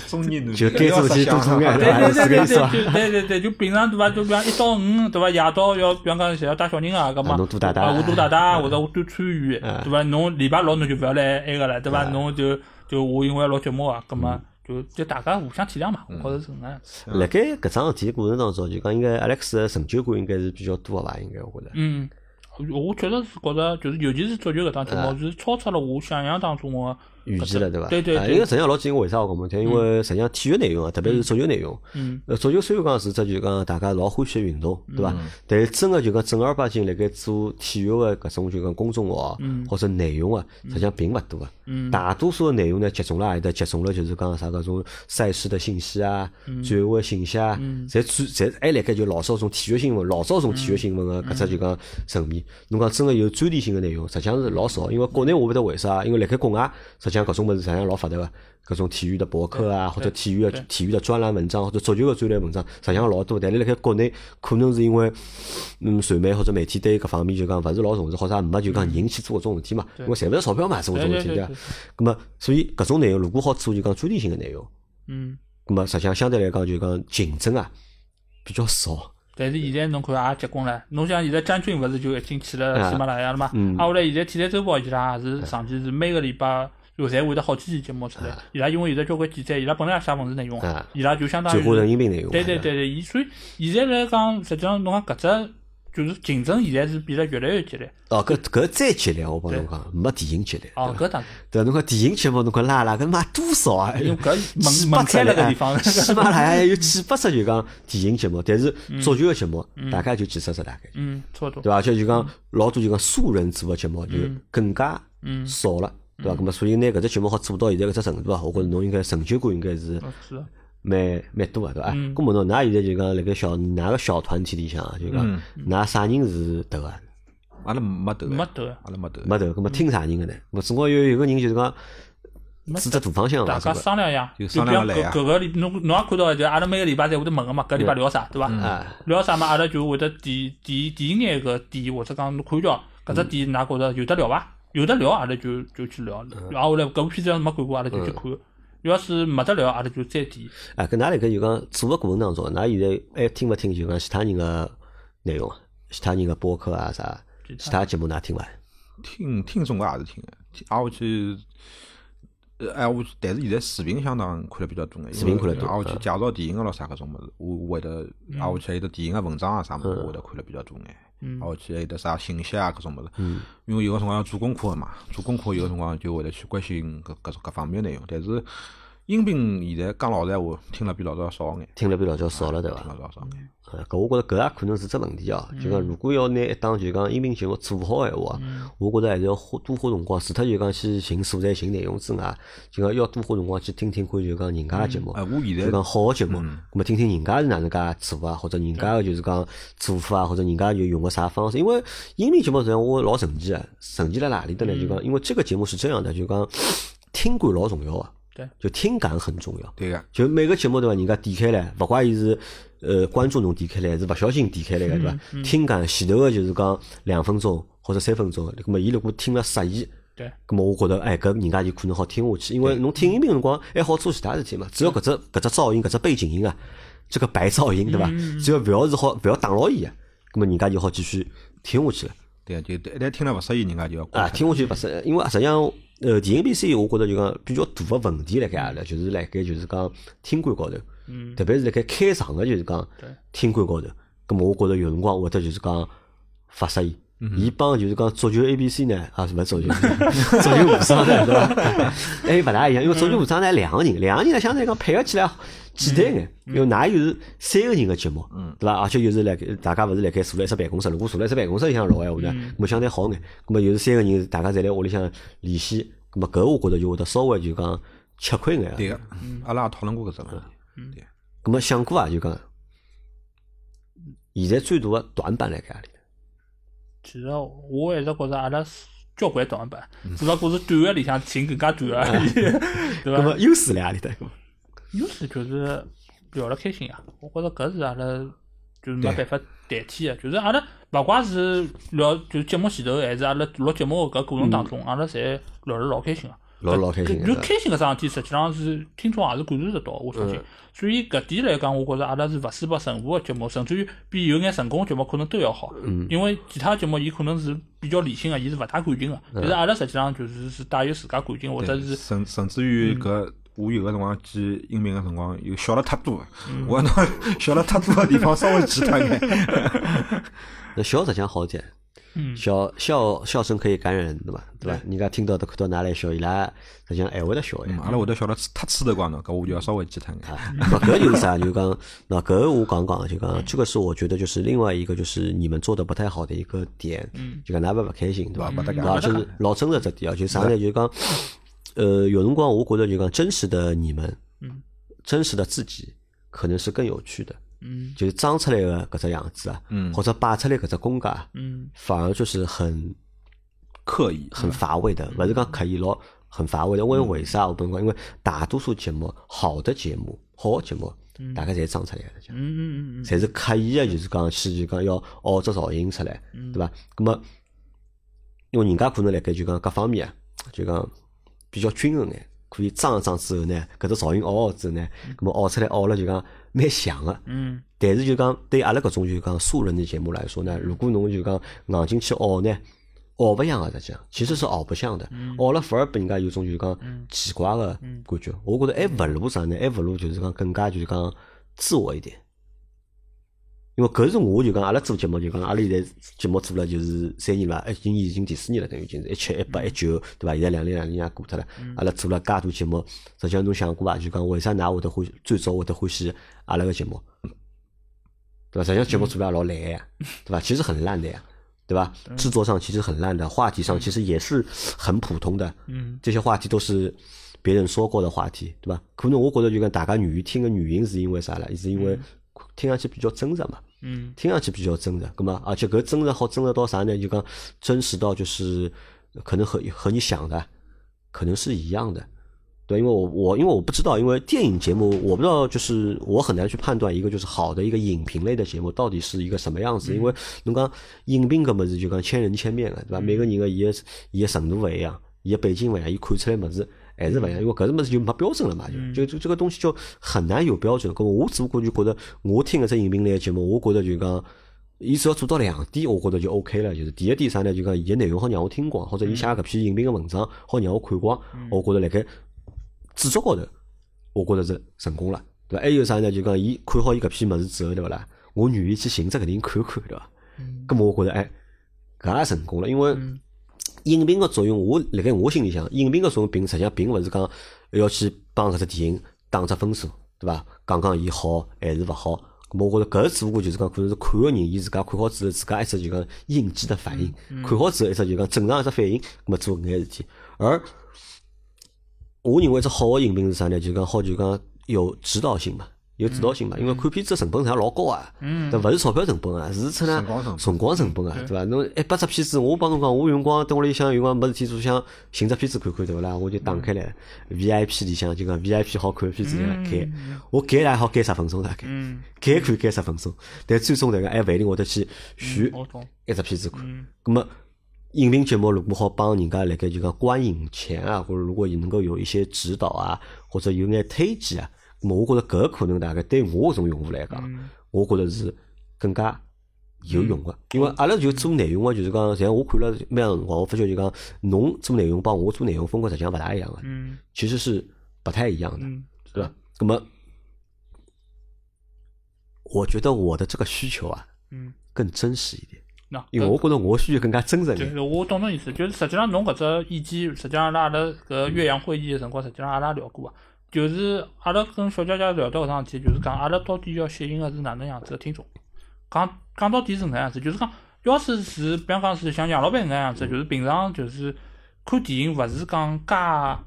B: 中年男
A: 就该做事体多做眼
C: 对
A: 伐
C: 对对对对
A: 是搿意思伐
C: 对对对对，就平常对伐？就比方一到五对伐？夜到要比方讲想要带小人啊，搿
A: 啊
C: 嘛，
A: 侬多带带
C: 啊我多带带，
A: 嗯
C: 或者我多参与，对伐？侬礼拜六侬就勿要来埃个了，对
A: 嗯
C: 伐？侬就就我因为要录节目啊，搿么就就大家互相体谅嘛，
A: 嗯
C: 我觉着是搿能样子。
A: 辣盖搿桩事体的过程当中，就讲应该 Alex 的成就感应该是比较多的伐？应该我觉着。
C: 嗯，我我确实是觉着，就是尤其是足球搿档节
A: 嗯
C: 目，是超出了我想象当中个
A: 预期了，对伐？
C: 对对
A: 啊
C: 对
A: 因为实际上老紧，为啥我讲嘛？因为实际上体育内容啊，特别是足球内容，
C: 嗯，
A: 呃，足球虽然讲是只就讲大家老欢喜的运动，对伐？但是真个就讲正儿八经辣盖做体育的搿种就讲公众号或者内容啊，实际上并勿多啊。大多数的内容呢，集中辣埃搭，集中了就是讲啥搿种赛事的信息啊、转会的信息啊，侪主侪还辣盖就老少种体育新闻，老少种体育新闻个搿只就讲层面。侬讲真个有专题性个内容，实际上是老少，因为国内我勿晓得为啥，因为辣盖国外实际上搿种物事实际上老发达个，搿种体育的博客啊，或者体育的体育的专栏文章或者足球的专栏文章，实际上老多。但是辣盖国内可能是因为嗯传媒或者媒体对搿方面就讲勿是老重视，或者也没就讲人去做搿种事体嘛，因为赚勿着钞票嘛，做搿种事体
C: 嗯对
A: 对
C: 对对
A: 伐
C: 对？
A: 咁么，所以搿种内容如果好做就讲专题性的内容，
C: 嗯。
A: 咁么实际上相对来讲就讲竞争啊比较少。
C: 但是现在侬看也啊结棍了，侬像现在詹军勿是就已经去了喜马拉雅了嘛？
A: 嗯
C: 啊，后来现在体坛周报伊拉也是上期是每个礼拜就侪会得好几期节目出来。伊拉因为现在交关记者，伊拉本来也写文字内容
A: 啊，
C: 伊拉就相当
A: 转化成
C: 于
A: 音频内容嘛，
C: 对对对对，伊所以现在来讲，实际上侬讲搿只就是竞争，现在是变得越来越激烈。
A: 哦，搿搿再激烈，我帮侬讲，没电影激烈。
C: 哦，搿当然，
A: 对伐？侬看电影节目，侬看拉拉搿妈多少啊？
C: 因为哎搿
A: 几
C: 门
A: 百
C: 门
A: 只
C: 槛
A: 了
C: 辣搿地方
A: 哎喜马拉雅有几百只就讲电影节目，但是足球个节目大概就几十只大概，
C: 嗯，差不多。
A: 对伐？而且就讲老多就讲素人做个节目就更加
C: 嗯
A: 少了，对伐？咁啊么所以拿搿只节目好做到现在搿只程度啊，我觉着侬应该成就感应该是
C: 嗯是的，
A: 蛮蛮多啊个，对伐？
C: 嗯
A: 咁么侬㑚现在就讲辣盖小㑚个小团体里向啊，就讲
C: 嗯
A: 㑚啥人是头啊？
B: 阿拉没得，
C: 没得
B: 阿拉没得。
A: 没头，咁么听啥人个呢？我总归有有个人就是讲指着大方向
C: 大
A: 嘛，是
C: 家
A: 吧？
C: 商量一下，
B: 就
C: 就
B: 商
C: 比
B: 量下
C: 方
B: 来
C: 搿
B: 呀
C: 搿个礼，侬侬也看到，就阿拉每个礼拜侪会得问个嘛，搿礼拜聊啥，对伐？
A: 啊，
C: 聊啥嘛，阿拉就会得提提提眼搿点，或者讲侬看叫搿只点，㑚觉着有得聊伐？有得聊，阿拉就就去聊。然后来搿部片子要是没看过，阿拉就去看；要是没得聊，阿拉就再提。
A: 啊，搿㑚辣盖就讲做个过程当中，㑚现在还听勿听就讲其他人个内容啊，其他人个播客啊啥，其他节目㑚听伐？
B: 听听总归也是听的，听挨下去，呃，挨下去，但是现在视频相当看了比较多眼，
A: 视频看得多嗯
B: 挨啊下去介绍电影个咯啥搿种物事，我我会得挨下去还有得电影个文章啊啥物事，我会得看了比较多眼，
A: 嗯
B: 挨下去还有得啥信息啊搿种物事，因为有个辰光要做功课个嘛，做功课有个辰光就会得去关心搿搿种搿方面内容，但是音频现在讲老实闲话，听了比老早少眼，
A: 听了比老早少了，对伐
B: 听？了嗯老早少眼。
A: 呃，搿我觉着搿也可能是只问题哦。就讲，如果要拿一档就讲音频节目做好闲话
B: 嗯
A: 啊，我觉着还是要花多花辰光，除脱就讲去寻素材、寻内容之外，就讲要多花辰光去听听看，就讲人家个节目
B: 哎，，我现
A: 就
B: 在嗯
A: 讲好个节目，咁么听听人家是哪能介做啊，或者人家个就是讲做法，或者人家就用个啥方式。因为音频节目实际上我老神奇啊，神奇在哪里的呢？
B: 嗯
A: 就讲，因为这个节目是这样的，就讲听感老重要啊，
C: 对，
A: 就听感很重要。
B: 对个，
A: 就每个节目对伐？人家点开来，勿怪伊是呃观众侬点开来，还是勿小心点开来个对伐？
B: 嗯
A: 听讲前头个就是讲两分钟或者三分钟，咁么伊如果听了适意，
C: 对，
A: 咁么我觉得哎搿人家就可能好听下去，因为侬听音频辰光哎还好做其他事体嘛，只要搿只搿只噪音搿只背景音啊，这个白噪音对伐？只要勿要是好勿要打扰伊啊，咁么人家就好继续听下去了。
B: 对个，就一旦听了勿适意，人家就要
A: 啊，
B: 关脱。
A: 听下去勿是，因为实际上，呃，电影 B C 我觉着就讲比较大个问题辣盖何里，就是辣盖就是讲听感高头，
C: 嗯
A: 特别是辣盖开场个就是讲
C: 对
A: 听感高头，咁么我觉着有辰光会得就是讲发适意。伊帮就是讲足球 A B C 呢，啊，勿是足球， 足球无双呢， 对伐？还勿大一样，因为足球无双呢两个人，两个人呢相对来讲配合起来简单眼，因为㑚又是三个人个节目，对伐？而且又是辣盖大家勿是辣盖坐辣一只办公室，如果坐辣一只办公室里向聊闲话呢，咁么相对好眼，咁么又是三个人，大家侪辣屋里向联系，咁么搿我觉着就会得稍微就讲吃亏眼啊。
B: 对个，阿拉也讨论过搿啊只问
A: 嗯
B: 题。对，
A: 咁么想过啊，就讲现在最大个短板辣盖何里？
C: 其实我一直觉着阿拉是交关短板，只不过是短个里向寻更加短而已，对
A: 咁
C: 伐？
A: 么优势辣何里搭？
C: 优势就是聊了开心呀，我觉着搿是阿拉就是没办法代替个，就是阿拉勿怪是聊就节目前头，还是阿拉录节目搿过程当中，阿拉侪聊了老开心个。
A: 老老嗯开心啊
C: 搿
A: 个
C: 就开心搿桩事体，实际上是听众也是感受得到，我
A: 嗯
C: 相信。所以搿点来讲，我觉着阿拉是勿输拨任何个节目，甚至于比有眼成功个节目可能都要好。
A: 嗯
C: 因为其他节目伊可能是比较理性个，伊是勿带感情个，
A: 嗯
C: 但是阿拉实际上就是是带有自家感情，或者是
B: 甚甚至于搿。我有个辰光记音频个辰光，有小了太多，啊我拿 小了太多个地方稍微记脱眼。
A: 那笑实际上好一点，
C: 嗯
A: 笑笑笑声可以感染人的嘛，对吧？人家听到的看到哪来笑，伊拉实际上还会得笑呀。
B: 嗯阿拉会得晓得太次的光了，搿我就要稍微记脱眼。
A: 啊， 那搿就是啥？就讲，那搿我讲讲，就讲，这个是我觉得就是另外一个就是你们做的不太好的一个点，就讲哪怕勿开心，对吧？
B: 勿搭界
A: 啊，就是老真实这点啊，就是啥呢？就是讲，呃，有辰光我觉得就讲真实的你们，
C: 嗯
A: 真实的自己，可能是更有趣的，
C: 嗯
A: 就是装出来的搿只样子啊，
B: 嗯
A: 或者摆出来搿只功架啊，
C: 嗯
A: 反而就是很
B: 刻意，
A: 很乏味的，勿是讲刻意老很乏味的。因为为啥我跟侬讲？因为大多数节目，好的节目，好的节目，大概侪装出来的，
C: 嗯嗯嗯嗯
A: 侪是刻意的，就是讲去就讲要哦熬只噪音出来，对伐？那么，因为人家可能辣盖就讲各方面啊，就讲比较均衡眼。可以装一装之后呢，搿只噪音熬熬之后呢，咁么熬哦出来熬了就讲蛮响啊个，
C: 嗯
A: 但是就讲对阿拉搿种就讲素人的节目来说呢，如果侬就讲硬劲去熬呢，熬不像啊，实际上其实是熬不像的，熬了反而拨人家有种就是讲奇怪的感觉。我觉得还勿如啥呢？还勿如就是讲更加就是讲自我一点。因为搿是我就讲，阿拉做节目就讲，阿拉现在节目做了就是三年伐，哎今年已经第四年了，等于已经是一七、一八、一九，对伐？现在两零两零也过脱了，阿拉做了介多节目，实际上侬想过伐？就讲为啥㑚会得欢喜最早会得欢喜阿拉个节目？对吧？实际上节目做了老烂呀，对吧？其实很烂的呀，对吧？制作上其实很烂的，话题上其实也是很普通的，
C: 嗯
A: 这些话题都是别人说过的话题，对吧？可能我觉得就跟大家愿意听的原因是因为啥呢？是因为听上去比较真实嘛，
C: 嗯
A: 听上去比较真实，咁么而且搿真实好真实到啥呢？就讲真实到就是可能和和你想的可能是一样的，对，因为我我因为我不知道，因为电影节目我不知道，就是我很难去判断一个就是好的一个影评类的节目到底是一个什么样子，因为侬讲影评搿物事就讲千人千面个，对伐？每个人个伊个伊个程度勿一样，伊个背景勿啊一样，伊看出来物事。还是勿一样，因为搿是物事就没标准了嘛，就就就这个东西就很难有标准。搿么我只不过就觉得，我听搿只影评类的节目，我觉得就讲，伊只要做到两点，我觉得就 OK 了。就是第一点啥呢？就讲伊个内容好让我听光，或者伊写搿篇影评个文章好让我看光，我觉得辣盖制作高头，我觉着是成功了，对伐？还有啥呢？就讲伊看好伊搿篇物事之后，对勿啦？我愿意去寻只搿人看看，对伐？咁么我觉着，哎，搿也成功了，因为影评个作用，我辣盖我心里向，影评个作用并实际上并勿是讲要去帮搿只电影打只分数，对伐？讲讲伊好还是勿好。咾么我觉着搿只不过就是讲，可能是看个人伊自家看好之后，自家一只就讲应激的反应，看好之后一只就讲正常一只反应，咾么做搿眼事体。而我认为只好个影评是啥呢？就是讲好，就是讲有指导性嘛，有指导性
B: 嗯
A: 嘛。因为看片子的成本实际上老高啊，但勿是钞票成本啊，是出呢
B: 辰光成本
A: 辰光成本啊，对伐？侬一百只片子，我帮侬讲，我有辰光蹲屋里向有辰光没事体做，想寻只片子看看，对勿啦？我就打
B: 嗯
A: 开来 VIP 里向就讲 VIP 好看的片子来开，我开大概好开十分钟大概，
B: 嗯
A: 开看开十分钟，但最终大概还勿一定会得去选
B: 哦
C: 我懂。
A: 一只片子
C: 嗯
A: 看。咁么，影评节目如果好帮人家辣盖就讲观影前啊，或者如果能够有一些指导啊，或者有眼推荐啊，咁么我觉着搿可能大概对我搿种用户来
C: 嗯
A: 讲，我觉着是更加。有用个，因为阿拉就做内容个，就是讲，像我看了蛮长辰光，我发觉就讲，侬做内容帮我做内容风格实际上勿大一样个，
C: 嗯
A: 其实是不太一样的。
C: 嗯，
A: 对吧？那么，我觉得我的这个需求啊，
C: 嗯，
A: 更真实一点，
C: 那
A: 因为我觉得我需求更加真实一
C: 嗯就
A: 点。
C: 是我懂侬意思，就是实际上侬搿只意见，实际上阿拉阿拉搿岳阳会议的辰光，实际上阿拉聊过啊。就是阿拉跟小姐姐聊到搿桩事体，就是讲阿拉到底要吸引的是哪能样子的听众。讲讲到底是搿能样子，就是讲，要是是，比方讲是像杨老板搿能样子，就是平常就是看电影，勿是讲介，啊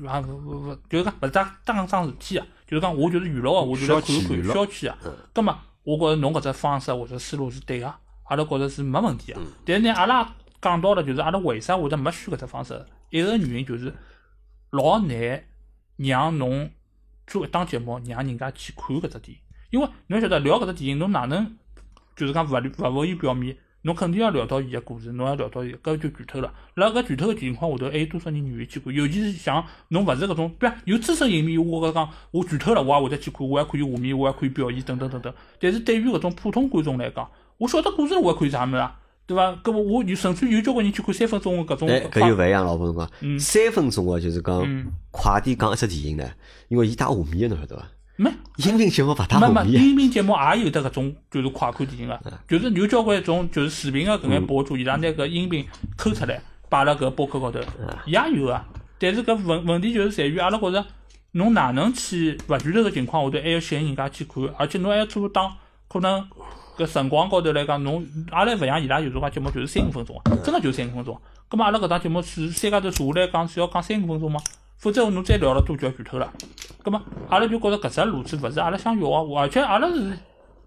C: 勿勿勿，就是讲勿是当当桩事体啊，就是讲我就是娱乐啊，我就是来看一
B: 消遣娱
C: 看
B: 乐
C: 消遣啊。葛末我觉着侬搿只方式或者思路是对个，阿拉觉着是没问题个。但是呢，阿拉讲到了，就是阿拉为啥会得没选搿只方式？一个原因就是老难让侬做一档节目，让人家去看搿只电影。因为侬晓得聊搿只电影，侬哪能就是讲勿理勿浮于表面，侬肯定要聊到伊个故事，侬要聊到伊，搿就剧透了。辣搿剧透个情况下头，还有多少人愿意去看？尤其是像侬勿是搿种，比方有资深影迷，我搿讲我剧透了，我也会得去看，我还看有画面，我还看表演等等等等。但是对于搿种普通观众来讲，我晓得故事了，我还看啥物事啊？对伐？搿么我有甚至有交关人去看三分钟个搿种
A: 哎，搿
C: 快
A: 就勿一样了，我跟侬讲，
C: 嗯
A: 三分钟啊，就是讲
C: 嗯
A: 快点讲一只电影呢，因为伊带画面的，侬晓得伐？
C: 没
A: 音频节目勿带
C: 没
A: 画
C: 没，
A: 面的，
C: 音频节目也有得搿种就是快看电影个，就是有交关种就是视频个啊搿眼博主，伊拉拿搿音频抠出来摆辣搿播客高头，也有啊。但是搿问问题就是在于阿拉觉着，侬哪能去勿剧透个情况下头，还要吸引人家去看，而且侬还要做当可能搿辰光高头来讲，侬阿拉勿像伊拉有辰光节目就是三五分钟啊，真个就是三五分钟啊。葛末阿拉搿档节目是三家头坐下来讲是要讲三五分钟吗？否则侬再聊了多就要剧透了。葛么阿拉就觉着搿只路子勿是阿拉想要个，而且阿拉是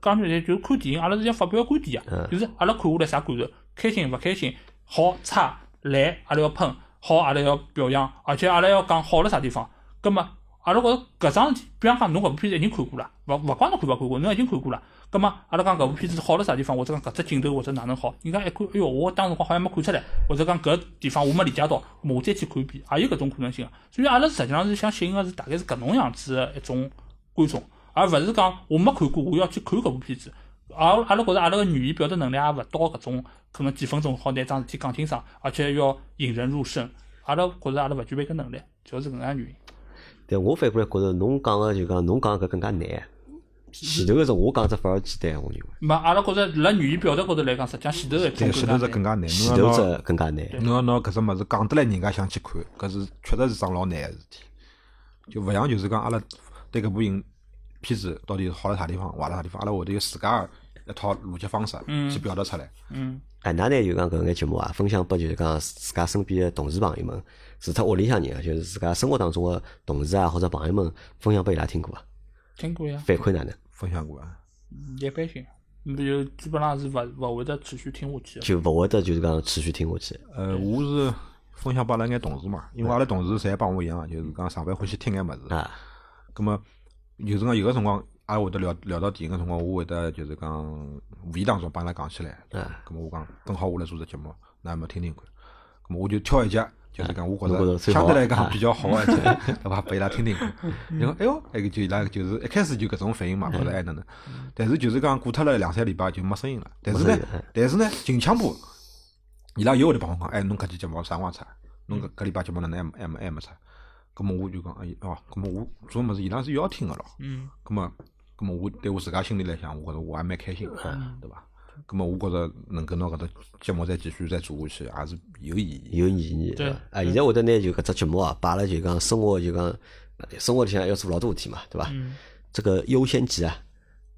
C: 讲句实在，就是看电影，阿拉是要发表观点啊，就是阿拉看下来啥感受，开心勿开心，好差烂，阿拉要喷，好阿拉要表扬，而且阿拉要讲好了啥地方。啊葛么阿拉觉着搿桩事体，比方讲侬搿部片子已经看过了，勿勿光侬看勿看过，侬已经看过了。葛么阿拉讲搿部片子好了啥地方，或者讲搿只镜头或者哪能好，人家一看，哎哟，我当时光好像没看出来，或者讲搿地方我没理解到，我再去看一遍，也有搿种可能性啊。所以阿拉实际上是想吸引个是大概是搿能样子的一种观众，而勿是讲我没看过，我要去看搿部片子。而阿拉觉着阿拉个语言表达能力也勿到搿种可能几分钟好拿一桩事体讲清爽，而且要引人入胜。阿拉觉着阿拉勿具备搿能力，主要是搿能样原因。
A: 但我反过来觉着，侬讲个就讲，侬讲搿更加难。前头搿种我讲只反而简单，我认为
C: 没，阿拉觉着辣语言表达高头来讲，实际上前头一种
B: 对，前头是更加难，
A: 前
B: 侬
A: 头
B: 要
A: 只
B: 拿
A: 更加难。
B: 侬要拿搿只物事讲得来，人家想去看，搿是确实是桩老难个事体。就勿像就是讲阿拉对搿部影片子到底是好辣啥地方，坏辣啥地方，阿拉会得有自家的一套逻辑方式去表达出来。
C: 嗯
A: 哎，㑚呢就讲搿眼节目啊，分享拨就是讲自家身边的同事朋友们，除脱屋里向人啊，就是自家生活当中的同事啊或者朋友们，分享拨伊拉听过伐？
C: 听过呀，嗯
A: 反馈哪能？
B: 分享过啊，
C: 一般性，就基本上是勿勿会得持续听下去的。
A: 就勿会得就是讲持续听下去。
B: 呃，我是分享拨阿拉眼同事嘛，因为阿拉同事侪帮我一样，啊就是讲上班欢喜听眼物事。
A: 嗯啊，
B: 咁么有辰光有个辰光，阿拉会得聊聊到电影个辰光，我会得就是讲无意当中帮伊拉讲起来。
A: 嗯
B: 咁么我讲，正好我来做只节目，那有没有听听看？咁么我就挑一集，就是讲我觉
A: 侬觉得
B: 着
A: 最好啊
B: 相对来讲比较 好个一集，对伐？拨伊拉听听看。然后哎哟，那个就伊拉就是一开始就搿种反应
A: 嗯
B: 嘛，觉着哎哪能？但是就是讲过脱了两三礼拜就没声音了。但是
A: 没
B: 呢
A: 声音哎了，
B: 但是呢，近腔部伊拉又会得帮我讲，哎，侬搿期节目啥辰光出？侬搿搿礼拜节目哪能还没还没还没出？咁么我就讲，哎哦，咁么我做物事伊拉是要听个咯。
C: 嗯，嗯
B: 哦咁么，咁么我对我自家心里来讲，我觉着我还蛮开心的，对伐？咁么我觉着能够拿搿只节目再继续再做下去，也是有意义。
A: 有意义。
C: 对
A: 伐啊，现在会得拿就搿只节目啊，摆了就讲生活就讲生活里向要做老多事体嘛，对伐？
C: 嗯，
A: 这个优先级啊，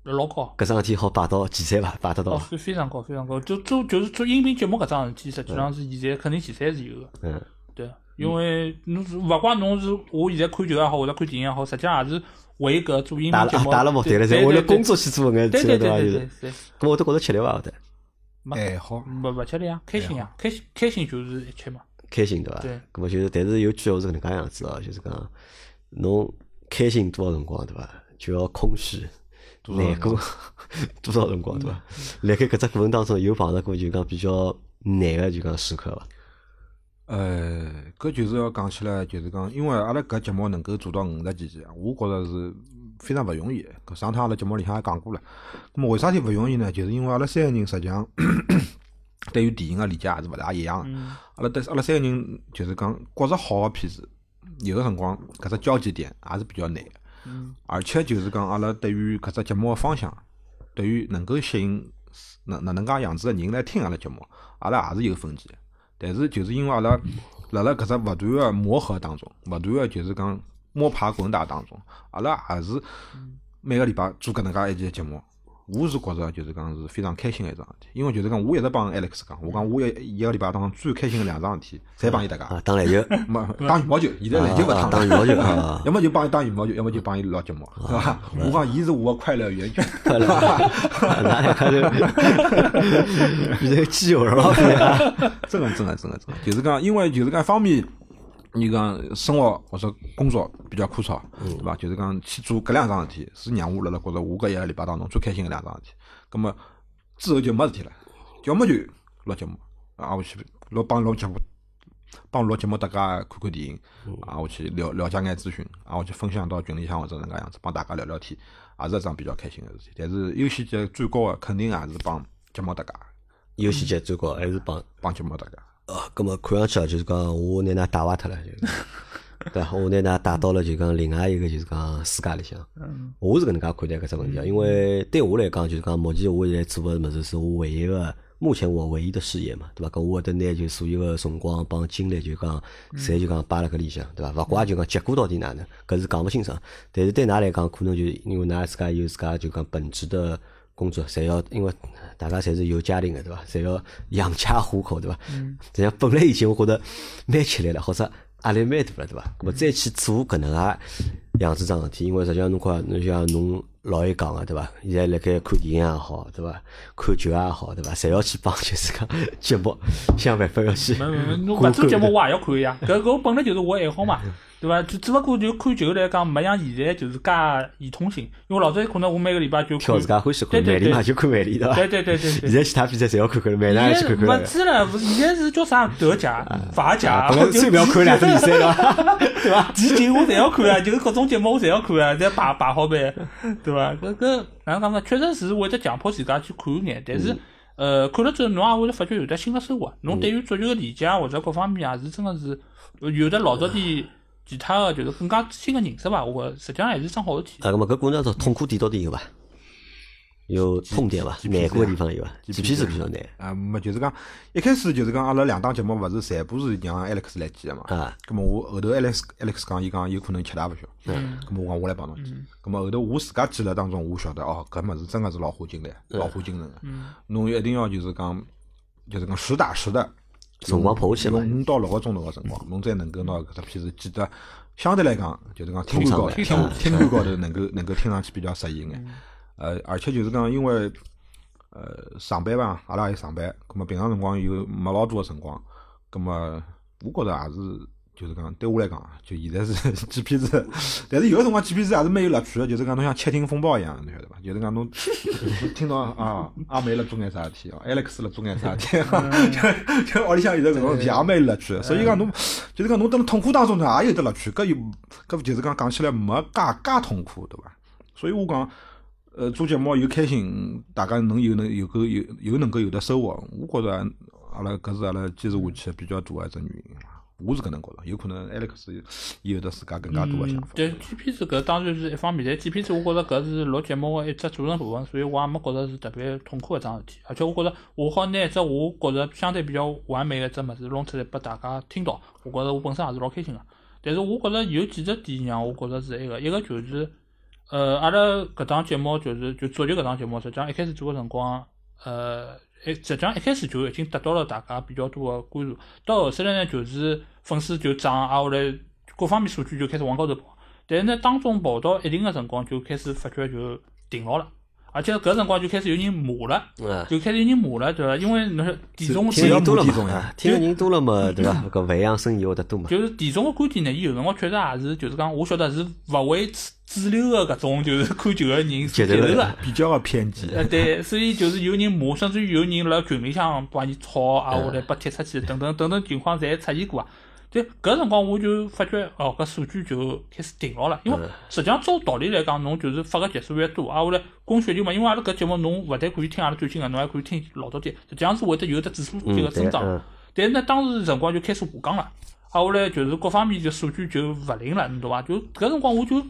C: 老高，
A: 搿桩事体好摆到前三伐？摆得
C: 哦，
A: 到伐？
C: 非非常高，非常高。就做就是做音频节目搿桩事体，实际上是现在肯定前三是有个，
A: 嗯，
C: 对。因为侬是勿怪侬是我现在看球也好，或者看电影也好，实际上也是为搿做音
A: 打了
C: 频节
A: 啊
C: 目
A: 打了目的了，侪为了工。作去做搿眼
C: 对
A: 事体
C: 对
A: 了，伐？
C: 对
A: 就
C: 对对
A: 是
C: 对，对，
A: 咁我都觉着吃力伐？会得
C: 没
B: 爱哎好，
C: 勿勿吃力啊，开心啊，开心开心就是一切嘛。
A: 开心对伐？
C: 对
A: 咁么就是，但是有句话是搿能介样子哦，就是讲侬开心多少辰光对伐？就要空虚。
B: 多少
A: 难
B: 辰光
A: 过 多少辰光对
C: 嗯
A: 伐？辣盖搿只过程当中，有碰着过就讲比较难个就讲时刻伐？
B: 呃，搿就是要讲起来，就是讲，因为阿拉搿节目能够做到五十几集，啊我觉着是非常勿容易。搿上趟阿拉节目里向也讲过了，咁么为啥体勿容易呢？就是因为阿拉三个人实际上 对于电影个理解也是勿大一样的。
C: 嗯
B: 阿拉对阿拉三个人就是讲，觉着好个片子，有个辰光搿只交集点也是比较难的。
C: 嗯
B: 而且就是讲，阿拉对于搿只节目个方向，对于能够吸引哪哪能介样子个人来听阿拉节目，阿拉也是有分歧的。但是就是因为阿拉辣辣搿只勿断个磨合当中，勿断个就是讲摸爬滚打当中，阿拉也是每个礼拜做搿能介一期节目。我是觉着就是讲是非常开心个一桩事体，因为就是讲我一直帮 Alex 讲，我讲我一一个礼拜当中最开心个两桩事体，侪帮伊搭
A: 啊
B: 界，，
A: 当然有
B: 没打羽毛球，现在篮球勿
A: 啊
B: 打
A: 打羽毛球啊
B: 要么就帮伊打羽毛球，要么就帮伊录节目，是吧？我讲伊是我的快乐源泉，
A: 快乐，哪里还是比这个基友是吧？
B: 真的真的真的真的，就是讲，因为就是讲一方面。你讲生活或者工作比较枯燥，对伐？就是讲去做搿两桩事体，是让我辣辣觉着我搿一个礼拜当中最开心个两桩事体。葛么之后就没事体了，要么就录节目，啊，我去录帮录节目，帮录节目大家看看电影，啊，我去了了解眼资讯，啊，我去分享到群里向或者哪能介样子，帮大家聊聊天，也是一桩比较开心个事体。但是优先级最高个肯定也是帮节目大家，
A: 游戏节最高还是帮
B: 帮节目大家。
A: 啊，咁么看上去啊，就是讲我拿㑚带坏脱了，就是对伐？我拿㑚带到了就讲另外一个就是讲世界里向。
C: 嗯
A: 我是搿能介看待搿只问题啊，因为对我来讲，就是讲目前我现在做个物事是我唯一个，目前我唯一的事业嘛，对伐？搿我会得拿就所有个辰光帮精力，就讲侪就讲摆辣搿里向，对伐？勿怪就讲结果到底哪能，搿是讲勿清爽。但是对㑚来讲，可能就是因为㑚自家有自家就讲本职的。工作侪要，因为大家侪是有家庭的，对伐？侪要养家糊口，对伐？这样本来已经我觉得蛮吃力了，或者压力蛮大了，对
C: 嗯
A: 伐？那么再去做搿能介样子桩事体，因为实际上侬看，侬像侬老爷讲个对伐？现在辣盖看电影也好，对伐？看球也好，对伐？侪要去帮就是讲节目想办法要去。
C: 没没 没，侬勿做节目我也要看呀，搿搿本来就是我爱好嘛，对伐？就只勿过就看球来讲，没像现在就是介系统性，因为老早可能我每个礼拜就看
A: 挑自。家欢喜看，
C: 对对
A: 曼联嘛
C: 对
A: 就看曼联，对伐？
C: 对对对对对
A: 现。在其他比赛侪要看看了，曼联也去看看
C: 勿
A: 了。
C: 是了，勿是现在是叫啥德甲、法甲，
A: 啊本来最不要看两只比赛对伐？
C: 对伐？集锦我侪要看啊，就是各种节目我侪要看啊，侪排排好呗，对伐？搿搿哪能讲呢？确实是会得强迫自家去看眼，但
A: 嗯
C: 是呃，看了之后侬也会得发觉有得新的收获。侬对于足球的理解啊或者各方面也是真的是呃有的老早点其他的就是更加新的认识吧。我觉得实际上还是桩好事体。
A: 啊，那么搿过程当中痛苦点到底有伐？有痛点伐？
B: 几
A: 难
B: 几
A: 过的地方有伐？
B: 几
A: 几
B: 几
A: 片是
B: 几
A: 比较难
B: 啊，没就是讲一开始就是讲阿拉两档节目勿是全部是让 Alex 来剪个嘛。
A: 啊。
B: 咁么我后头 Alex Alex 讲，伊讲有可能吃大勿消。嗯。咁么我讲我来帮侬剪。咁么后头我自家剪了当中，我晓得哦，搿物事真个是老花精力，老花精神个。
C: 嗯。
B: 侬一定要就是讲，就是讲实打实的。
A: 辰光跑下去嘛
B: 用五到六个钟头个辰光，侬才能够拿搿只片子剪得相对来讲，就是讲听感高头，
A: 听
B: 听
A: 上去
B: 听感高头能够 能够听上去比较适意眼。呃，而且就是讲，因为呃上班嘛，阿拉也上班，咁么平常辰光有没老多个辰光，咁么我觉着也是。就是讲，对我来讲，啊就现在是 剪片子，但是有个辰光剪片子也是蛮有乐趣的，就是讲侬像窃听风暴一样，侬晓得伐？就是讲侬侬听到啊，阿梅辣做眼啥事体哦，Alex 辣做眼啥事体，啊就就屋里向有得搿种事体也蛮有乐趣的。所以讲侬，就是讲侬蹲辣痛苦当中呢，也有得乐趣，搿有搿就是讲讲起来没介介痛苦，对伐？所以我讲，呃，做节目有开心，大家能有能有够啊有有能够有得收获，我觉着阿拉搿是阿拉坚持下去比较大的一只原因嘛。啊我是搿能觉着，有可能 Alex 有得自家更
C: 嗯
B: 加多个想法。
C: 但 G P 是搿当然是一方面，但 G P 是我觉着搿是录节目个一只组成部分，所以我也没觉着是特别痛苦一桩事体。而且我觉着我好拿一只我觉着相对比较完美个一只物事弄出来拨大家听到，我觉着我本身也是老开心个。但是我觉着有几只点让我觉着是埃个，一个就是呃，阿拉搿档节目就是就做就搿档节目，实际上一开始做个辰光，呃，一实际上一开始就已经得到了大家比较多个关注。到后头来呢，就是粉丝就涨，啊，后来各方面数据就开始往高头跑。但是呢，当中跑到一定个辰光，就开始发觉就停牢了，而且搿辰光就开始有人骂了，
A: 嗯，
C: 就开始有人骂了，对伐？因为侬说地中
A: 听人多了
B: 地中
A: 嘛，
B: 呀
A: 啊听的人多了嘛，对
B: 嗯
A: 伐？搿反扬生意会得多嘛？
C: 就是田中个观点呢，伊有辰光确实也是，就是讲我晓得是勿会主主流个搿种就是 看球个人接
A: 接
C: 受
A: 受
C: 个
A: 的。
B: 比较个偏激，
C: 呃，对，所以就是有人骂，甚至于有人辣群里向帮伊吵啊，或者被踢出去，等等等等情况侪出现过啊。对，搿辰光我就发觉哦，搿数据就开始停牢了，因为
A: 嗯
C: 实际上照道理来讲，侬就是发个集数越多，啊，后来供血流嘛，因为阿拉搿节目侬勿但可以听阿拉最新个，侬还可以听老早点，实际上是会得有得指数级
A: 嗯
C: 个，
A: 对
C: 增，长。
A: 嗯，
C: 但是呢，当时辰光就开始下降了，啊，后来就是各方面就数据就勿灵了，侬懂伐？就搿辰光我就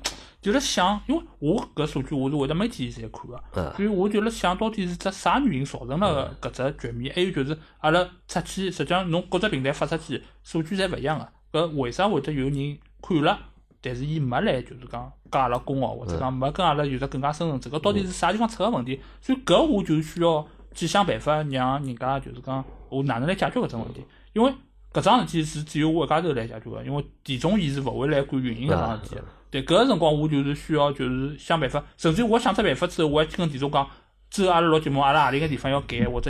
C: 就辣想，因为我搿数据我是会得每天侪看个
A: 嗯，
C: 所以我就辣想到底是只啥原因造成了搿只局面？还有就是阿拉出去，实际上侬各只平台发出去数据侪勿一样个，搿为啥会得有人看了？但是伊没来，就是讲加阿拉公哦，或者讲没跟阿拉有得更加深层次，搿到底是啥地方出个问题？所以搿我就需要去想办法，让人家就是讲我哪能来解决搿只问题？因为搿桩事体是只有我一家头来解决个，因为田总伊是勿会来管运营搿桩事体个。对，搿个辰光我就是需要就是想办法，甚至我想出办法之后，我还去跟田总讲，之后阿拉录节目，阿拉何里个地方要改，或者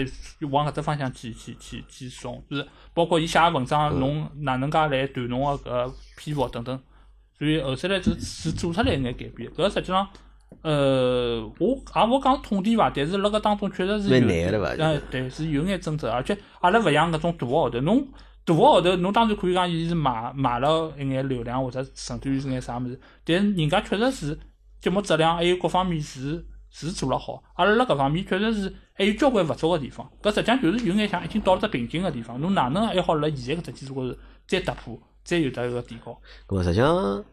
C: 往搿只方向去去去去送，就是包括伊写个文章，侬哪能介来谈侬个搿篇幅等等。所以后头来是是做出来一眼改变。搿实际上，呃，我也勿讲痛点伐，但是辣搿当中确实是
A: 蛮
C: 有
A: 难的伐
C: 哎，对，是有眼挣扎，而且阿拉勿像搿种大个号头，侬大个号头，侬当然可以讲伊是买买了一眼流量或者甚至于是眼啥物事，但是人家确实是节目质量还有各方面是是做了好，阿拉辣搿方面确实是还有交关勿足个地方。搿实际上就是有眼像已经到了只瓶颈个地方，侬哪能还好辣现在搿只基础高头再突破，再有得一个提高？
A: 咁么啊实际上，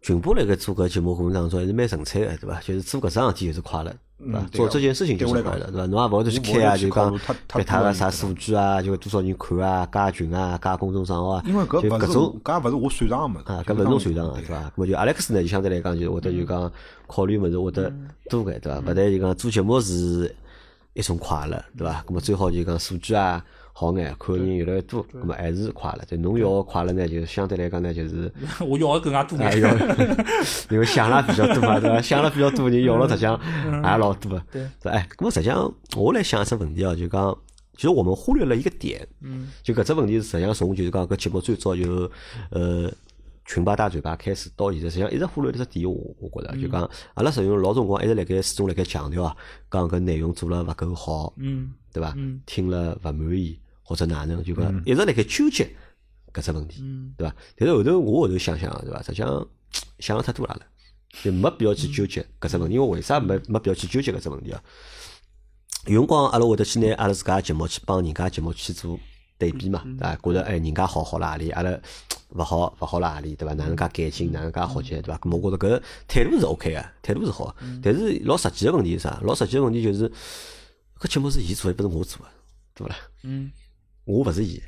A: 群播辣盖做搿节目过程当中还是蛮纯粹个，对伐？就是做搿桩事体就是快乐，对伐
B: 嗯？对
A: 做
B: 个
A: 这件事情就
B: 对我
A: 是
B: 来
A: 快乐，
B: 讲
A: 对伐？侬也勿会得去开啊，就
B: 我
A: 讲
B: 不会去考虑太
A: 别
B: 太
A: 他个
B: 多
A: 啥
B: 了
A: 数据啊，就多少人看啊，加群啊，加公众账号啊，
B: 因为搿
A: 就
B: 勿
A: 搿
B: 是
A: 种
B: 我搿也勿是我擅长个
A: 啊，
B: 物事，就
A: 搿
B: 是
A: 勿是侬擅长个
B: 当对
A: 对啊伐？咾么就 Alex 呢，就相对来讲就会得就讲考虑物事会得多眼对伐？勿但就讲做节目是一种快乐对伐？咾么最好就讲数据啊好眼，看个人越来越多，咾么还是快乐。对侬要个快乐呢，就是相对来讲呢，就是
C: 我要的更加多
A: 啊
C: 眼。
A: 要， 因为想了比较多嘛啊对伐？想了比较多，人要了实际上也老多个。
C: 嗯对
A: 是吧哎，咾么实际上我来想一只问题哦，就讲其实我们忽略了一个点，
C: 嗯，
A: 就搿只问题是实际上从就是讲搿节目最早就呃群吧大嘴巴开始到现在，实际上一直忽略了只点，我我觉
C: 嗯
A: 着就讲阿拉实际上老辰光一直辣盖始终辣盖强调啊，讲搿内容做了勿够好，
C: 嗯
A: 对伐
C: 嗯？
A: 听了勿满意或者哪能，就讲一直辣盖纠结搿只问题，
C: 嗯
A: 对伐？但是后头我后头想想啊，对伐？实际上想了太多了了，就没必要去纠结搿只问题，因为为啥没没必要去纠结搿只问题啊？有辰光阿拉会得去拿阿拉自家节目去帮人家节目去做对比嘛，对伐？觉着哎，人家好好辣何里，阿拉勿好勿好辣何里，对伐？哪能介改进，哪能介好些，对伐？咁我觉着搿态度是 OK 个，态度是好的，但是老实际个问题是啥？老实际个问题就是，搿节目是伊做，又勿是我做个，对勿啦？
C: 嗯
A: 我勿是伊，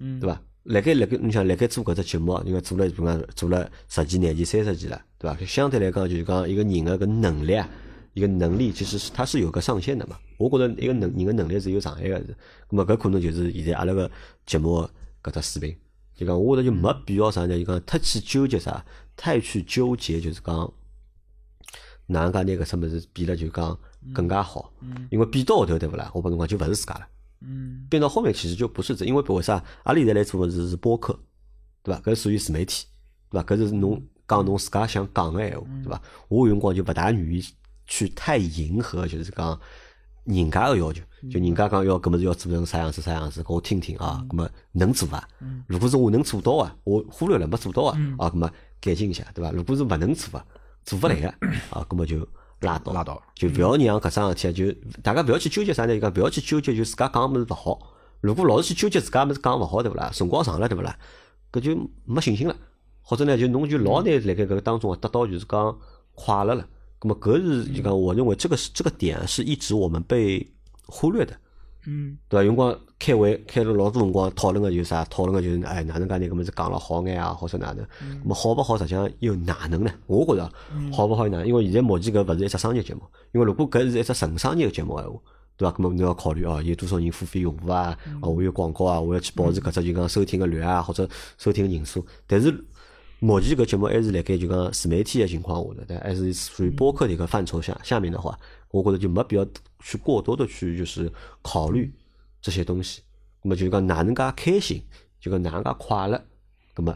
C: 嗯，
A: 对伐？辣盖辣盖，你想辣盖做搿只节目，你看做了，比如讲做了十几、廿几、三十几了，对伐？就相对来讲，就是讲一个人的搿能力啊，一个能力其实是它是有个上限的嘛。我觉着一个能人的能力是有上限的，咁么搿可能就是现在阿拉个节目搿只水平。就讲我觉着就没必要啥呢？就讲太去纠结啥，太去纠结就是讲哪能介拿搿只物事变了就讲更加好，因为变到后头对勿啦？我帮侬讲就勿是自家了。
C: 嗯
A: 变到后面其实就不是这，因为为啥？阿拉现在来做的是是播客，对伐？搿属于自媒体，对伐？搿是侬讲侬自家想讲个闲话，对伐？我有辰光就勿大愿意去太迎合，就是讲人家个要求，就人家讲要搿么子要做成啥样子啥样子，搿我听听啊，搿么能做伐？如果是我能做到啊，我忽略了没做到啊，啊，搿么改进一下，对伐？如果是勿能做啊，做勿来个啊，搿么就拉倒
B: 拉倒。
A: 就勿要让搿桩事体，就大家勿要去纠结啥呢？就讲勿要去纠结，就自家讲个物事勿好。如果老是去纠结自家物事讲勿好，对勿啦？辰光长了，对勿啦？搿就没信心了，或者呢就侬就老难辣盖搿个当中啊得到就是讲快乐了。葛么搿是就讲我认为这个是这个点是一直我们被忽略的。
C: 嗯
A: 对伐？有辰光开会开了老多辰光讨论个就是啥？讨论个就是哎哪能介拿搿物事讲了好眼啊，或者哪能？咁么好勿好？实际上又哪能呢？我觉着啊好勿好又哪能？因为现在目前搿勿是一只商业节目，因为如果搿是一只纯商业个节目个闲话。对伐？咁么侬要考虑哦，有多少人付费用户啊？哦，我有广告啊，我要去保持搿只就讲收听个率啊，或者收听个人数。但是目前搿节目还是辣盖就讲自媒体个情况下头，但还是属于播客的一个范畴下下面的话，我觉得就没必要去过多的去就是考虑这些东西。那么就是讲哪能介开心，就讲哪能介快乐，那么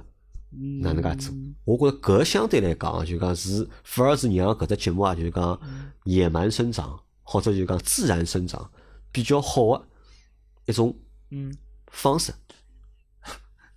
C: 嗯
A: 哪能介做？我觉得搿相对来讲啊，就讲是反而是让搿只节目啊，就是讲野蛮生长，或者就讲自然生长比较好的一种
C: 嗯。
A: 方式。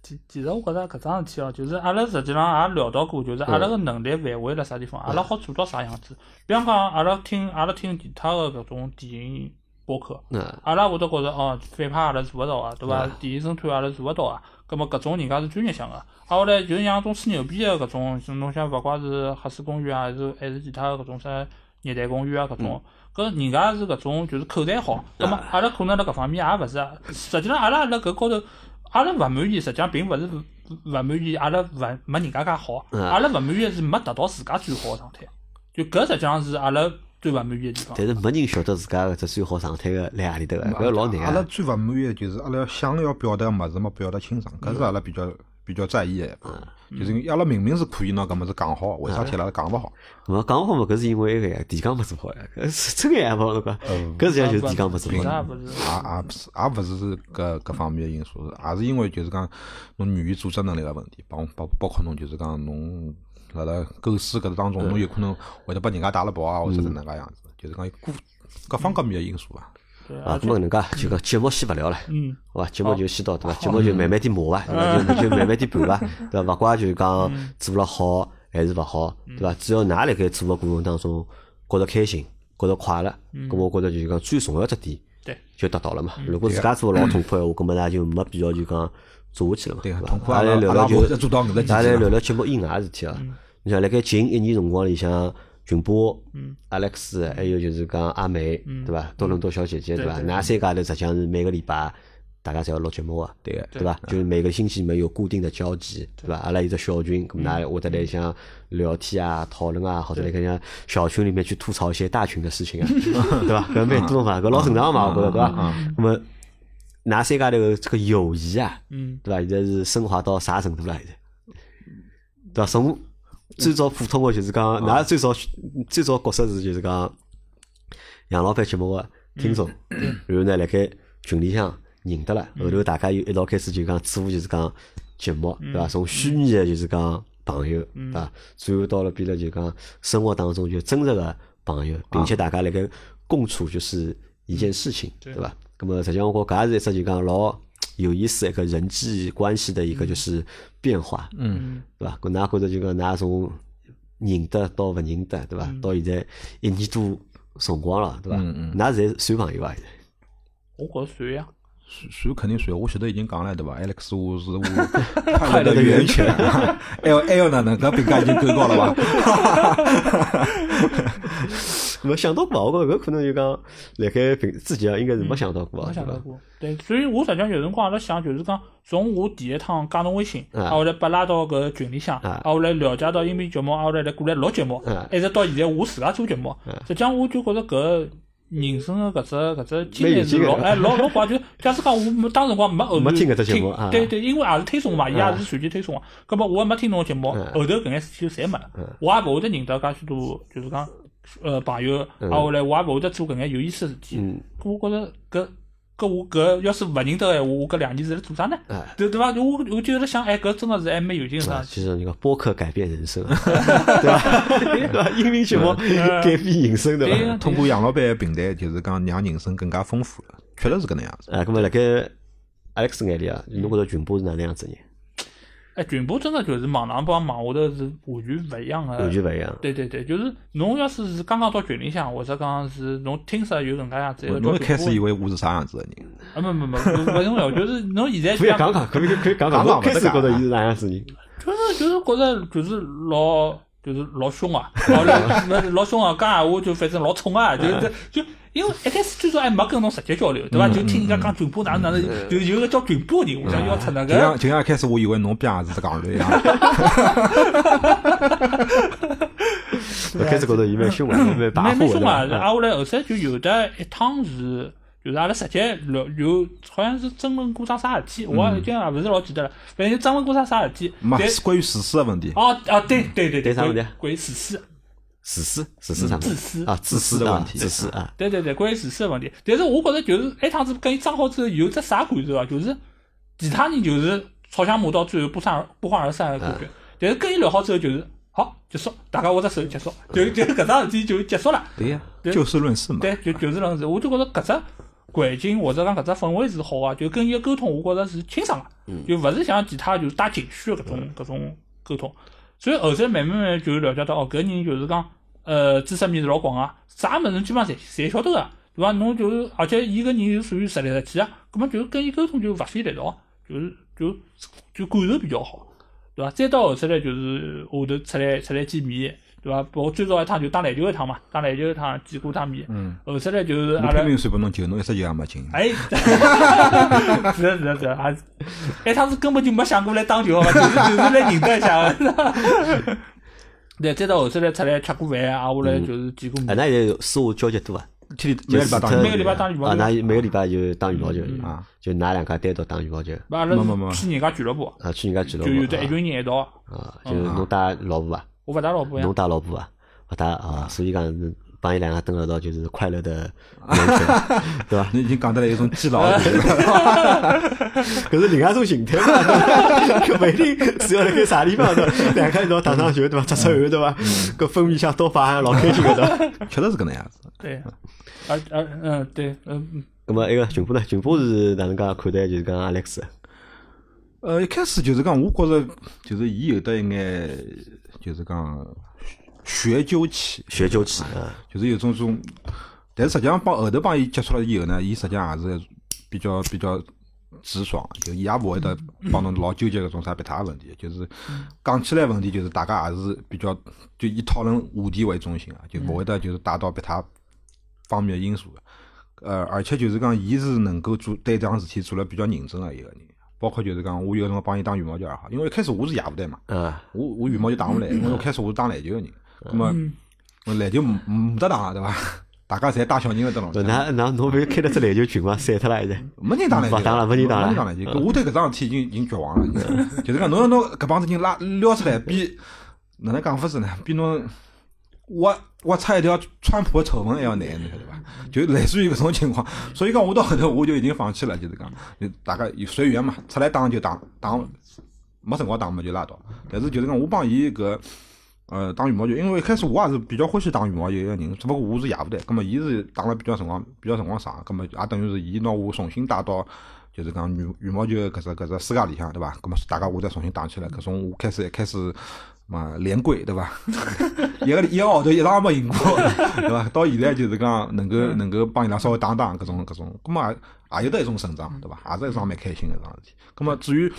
C: 其其实我觉着搿桩事体哦，就是阿拉实际上也聊到过，就是阿拉个能力范围辣啥地方，阿拉好做到啥样子。比方讲，阿拉听阿拉听其他个搿种电影播客，
A: 那
C: 阿拉会得觉着哦，反派阿拉做勿到啊，对伐？电影生产阿拉做勿到啊。葛末搿种人家是专业向个，啊后来就是像种吹牛逼个啊搿种，像侬像勿怪是黑水公寓啊，还是还是其他搿种啥热带公寓啊搿
A: 嗯
C: 种，搿人家是搿种就是口才好，葛末阿拉可能辣搿方面也勿是啊，实际上阿拉辣搿高头，阿拉勿满意，实际上并勿是勿勿满意，阿拉勿没人家介好，
A: 嗯
C: 阿拉勿满意是没达到自家最好个状态，就搿实际上是阿拉最勿满意个地方。
A: 但是没人晓得自家搿只最好状态个辣何里头个，搿老难
B: 阿拉
A: 啊。
B: 最勿满意的就是阿拉想要表达物事没表达清爽，
A: 嗯
B: 搿是阿拉比较比较在意的。就是因为阿拉明明是可以拿搿物事讲好，为啥
A: 嗯
B: 体阿拉讲勿好？
A: 我讲好嘛，搿是因为搿个提纲没做好呀，搿是这个也勿好讲，搿实际上就是提纲没做
C: 平
A: 好。
C: 常也勿是。
B: 也也不啊是，也不是是搿搿方面的因素，也是因为就是讲侬语言组织能力个问题，包包包括侬就是讲侬辣辣构思搿当中，侬有可能会得把人家带了跑啊，或者是哪能介样子，就是讲各各方各面的因素啊。
C: 对，
A: 啊
C: 而，
A: 搿
C: 且
A: 么搿能介就讲节目先勿聊了。
C: 嗯，
A: 好
C: 哦
A: 吧，节目就先到对伐？节目就慢慢点磨伐，对伐？就就慢慢点盘伐，对伐？勿怪就是讲
C: 嗯
A: 做了好还是勿好，对伐？只要㑚辣盖做个过程当中觉着开心，觉着快乐，
C: 嗯
A: 咁我觉着就是讲最重要这点
C: 对。
A: 就达到了嘛。
B: 嗯
A: 如果自家做得老痛苦闲话，咁么㑚就没必要就讲做下去了嘛，
B: 对
A: 伐
B: 啊痛？苦
A: 阿
B: 啊
A: 拉
B: 阿
A: 聊聊
B: 拉勿
A: 就
B: 会再做到搿只极致
A: 阿拉
B: 了嗯
A: 聊聊节目以外的事体啊。你像辣盖近一年辰光里向。群波、Alex，还
B: 嗯
A: 有就是讲阿梅，对伐？多伦多小姐姐，对伐？
C: 对对
A: 㑚三家头实际上是每个礼拜大家侪要录节目啊，
B: 对个
A: 对伐？就是每个星期没有固定的交集，对伐？阿拉有只小群，咁㑚会得来像聊天啊、讨论啊，或者来搿像小群里面去吐槽一些大群的事情啊，对伐？搿蛮多嘛，搿老正常嘛，我觉着对伐？咁么，㑚三家头这个友谊啊，
C: 嗯，
A: 对伐？现在是升华到啥程度了？现在，对伐？从最早普通个就是讲，㑚最早最早角色是就是讲杨老板节目个听众，然后呢，辣盖群里向认得了，后头大家又一道开始就讲做就是讲节目，对伐？从虚拟个就是讲朋友，对伐？最后到了变了就讲生活当中就真实个朋友，并且大家辣盖共处就是一件事情，对伐？咁么实际上我觉搿也是一只就讲老。有意思一个人际关系的一个就是变化，
B: 嗯，
A: 对伐？搿㑚觉着就讲㑚从认得到勿认得，对伐？到现在一年多辰光了，对伐？
B: 嗯嗯
A: 㑚现在算朋友啊伐？现在
C: 我觉着算呀。
B: 算算肯定算，我前头已经讲了对伐？Alex，我是我快乐的源泉，还有还有啊哪能搿评价已经够高了伐？
A: 没想到过啊，我觉着搿可能就讲辣盖平之前应该是没想到过啊，
C: 没
A: 对
C: 想到
A: 伐？
C: 过。对，所以我实际上有辰光阿拉想，就是讲从我第一趟加侬微信，
A: 嗯
C: 啊，后来拨拉到搿群里向，啊，后来了解到音频节目，啊，后来来过来录节目
A: 嗯，
C: 一直到现在我自家做节
A: 啊
C: 目，实际上我就觉着搿。人生的搿只搿只经历是
A: 蛮有劲的
C: 老哎老老怪，就假使讲我没当时光没后
A: 没
C: 面
A: 听搿只节目啊
C: 对对，因为也是推送嘛，伊也是随机推送啊。葛末我也没听侬个节目，
A: 嗯
C: 后头搿眼事体就侪没了，我也勿会得认得介许多，就是讲呃朋友，啊后来我也勿会得做搿眼有意思个事体。
A: 嗯
C: 搿我觉着搿搿我搿要是勿认得闲话，我搿两年是辣做啥呢
A: 哎？
C: 对对伐？我我就辣想，哎，搿真个是还蛮有劲个
A: 啊，
C: 啥
A: 其实那个播客改变 人生，对伐？对伐？音频节目 改变人生，对伐
C: 对？呀
B: 通过杨老板的平台，就是讲让人生更加丰富了，确实是搿能样子。
A: 啊，搿么辣盖 Alex 眼里啊，侬觉着群播是哪能样子人？
C: 哎，全部真个就是网浪帮网下头是完全勿一样个。
A: 完全勿一样。
C: 对对对，就是侬要是是刚刚到群里向，或者讲是侬听说有搿能介样子，一个
B: 侬一
C: 叫
B: 开始
C: 群播
B: 以为我是啥样子的人，
C: 啊，没没没，不不重要，就是侬现 在
A: 可以
C: 讲
A: 讲讲，可以可以讲讲。
B: 讲讲
A: 我开始
B: 勿是
A: 觉得
B: 讲
A: 伊是哪样子人，
C: 就是就是觉着就是老就是老凶啊， 老老老凶啊，讲闲话就反正老冲啊，
A: 嗯
C: 就是就因为一开始最早还没跟侬直接交流，对伐？就听人
A: 嗯
C: 家讲群播哪能哪能，就有一个叫群播的人，我想要出那
B: 就像
C: 个。
B: 就像一开始我以为侬边也是戆头一样，
A: 我开始觉得伊蛮 凶啊，蛮跋
C: 蛮蛮
A: 扈
C: 凶啊！
A: 的。嗯
C: 挨下来后头就有的一趟是，就是阿拉直接聊，有好像是争论过桩啥事体，我
A: 嗯
C: 已经也勿是老记得了，反正争论过桩啥事体。
B: 嘛
C: 但
B: 是关于史诗的问题。
C: 哦哦，对对对
A: 对啥问题
C: 关于自私，
A: 自私，自私啥物事？
C: 自私
A: 啊，自私
B: 自私的
A: 啊
B: 问题
A: 自私啊。
C: 对对对，关于自私的问题。但是我觉着就是那趟子跟伊争好之后，有只啥感受啊？就是其他人就是吵相骂到最后不欢而不欢而散的感觉。但是跟伊聊好之后，就是好结束，大家握着手结束，就就搿桩事体就结束了。
B: 对呀，
C: 对
B: 就事论事嘛。
C: 对，就就是搿样子。我就觉着搿只环境或者讲搿只氛围是好啊，就跟伊个沟通，我觉着是清爽个，就勿是像其他就是带情绪的搿种搿种沟通。所以后头慢慢慢就了解到，哦，搿人就是讲，呃，知识面是老广啊，啥物事基本上侪侪晓得个，对伐？侬就是，而且伊搿人是属于实力派去啊，葛末就跟伊沟通就勿费力道，啊就是就就感受比较好，对伐？再到后头来就是下头出来出来见面，对伐？包括最早一趟就打篮球一趟嘛，打篮球一趟见过一趟面，
B: 嗯，
C: 后头来就是
B: 我
C: 阿拉
B: 拼。命算拨侬球，侬一只球也没进。
C: 哎，啊是的，是的，是的，还是，哎，他是根本就没想过来当球，好吧，啊 就是就是来认得一下。对，再到后头来出来吃过饭啊，我来就是
B: 嗯
C: 见过
A: 啊，
B: 哎
C: 面，
A: 那也有私下交集多啊。
B: 天天每个礼拜打羽毛球
C: 每个礼拜打羽毛
A: 啊，那每
C: 球，嗯
A: 个礼拜就打羽毛球，
B: 啊，
A: 就㑚两家单独打羽毛球，
C: 阿拉
B: 没没没
C: 去人家俱乐部，
A: 啊，去人家俱乐
C: 就有的一
A: 部
C: 群人一道，
A: 啊，啊，就是侬带老婆啊，
C: 我勿带老婆呀
A: 侬，带老婆啊，勿带啊，所以讲是帮伊两个蹲辣一道就是快乐的源 泉，对伐？
B: 侬已经讲得来有种基佬的感觉了。
A: 搿是另外一种形态嘛， 搿勿一定是要辣盖啥地方的，两家一道打打球对伐？擦擦汗对伐？
C: 嗯
A: 搿分泌一下多巴胺，老开心个对 伐？
B: 确实是搿能样子。
C: 对，而而嗯对，嗯
A: 那么埃个群播呢？群播是哪能介看待就是讲 Alex？
B: 呃，一开始就是讲，我觉着就是伊有得一眼，就是讲学究气，
A: 学究起啊，
B: 就是有种种。但是实际上帮后头帮伊接触了以后呢，伊实际上也是比较比较直爽，就伊也勿会得帮侬老纠结搿种啥别他的问题，就是讲起来问题就是大家也是比较就以讨论话题为中心啊，就勿会得就是带到别他方面的因素的。呃，而且就是讲，伊是能够做对这桩事体做了比较认真的一个人，包括就是讲，我有辰光帮伊打羽毛球也好，因为一开始我是野部队嘛，
A: 啊，
B: 我我羽毛球打勿来，
A: 嗯
B: 因为我开始我是打篮球个人，那么篮球没没得打对伐？大家侪带小人个得啷讲？
A: 那那侬勿是开了只篮球群嘛，散脱了现在。
B: 没人打篮球，
A: 勿打了没人打嗯了
B: 没人打篮球。搿我对搿桩事体已经已经绝望了，就是讲侬要拿搿帮子人拉撩出来，比哪能讲法子呢？比侬挖挖出一条川普的丑闻还要难，侬晓得伐？就类似于搿种情况，所以讲我到后头我就已经放弃了，就是讲，就大家有随缘嘛，出来打就打打，没辰光打嘛就拉倒。但是就是讲我帮伊搿。呃，打羽毛球，因为一开始我也是比较欢喜打羽毛球一个人，只不过我是野部队，葛么伊是打了比较辰光，比较辰光长，葛么也等于是伊拿我重新带到，就是讲羽羽毛球搿只搿只世界里向，对伐？葛么大家我再重新打起来，搿种我开始一开始嘛连跪，对伐？ 一个一个号头一场也没赢过， 对伐？到现在就是讲能够能够帮伊拉稍微打打搿种搿种，葛么也也有得一种成长，对伐？也是一桩蛮开心个桩事体。葛么至于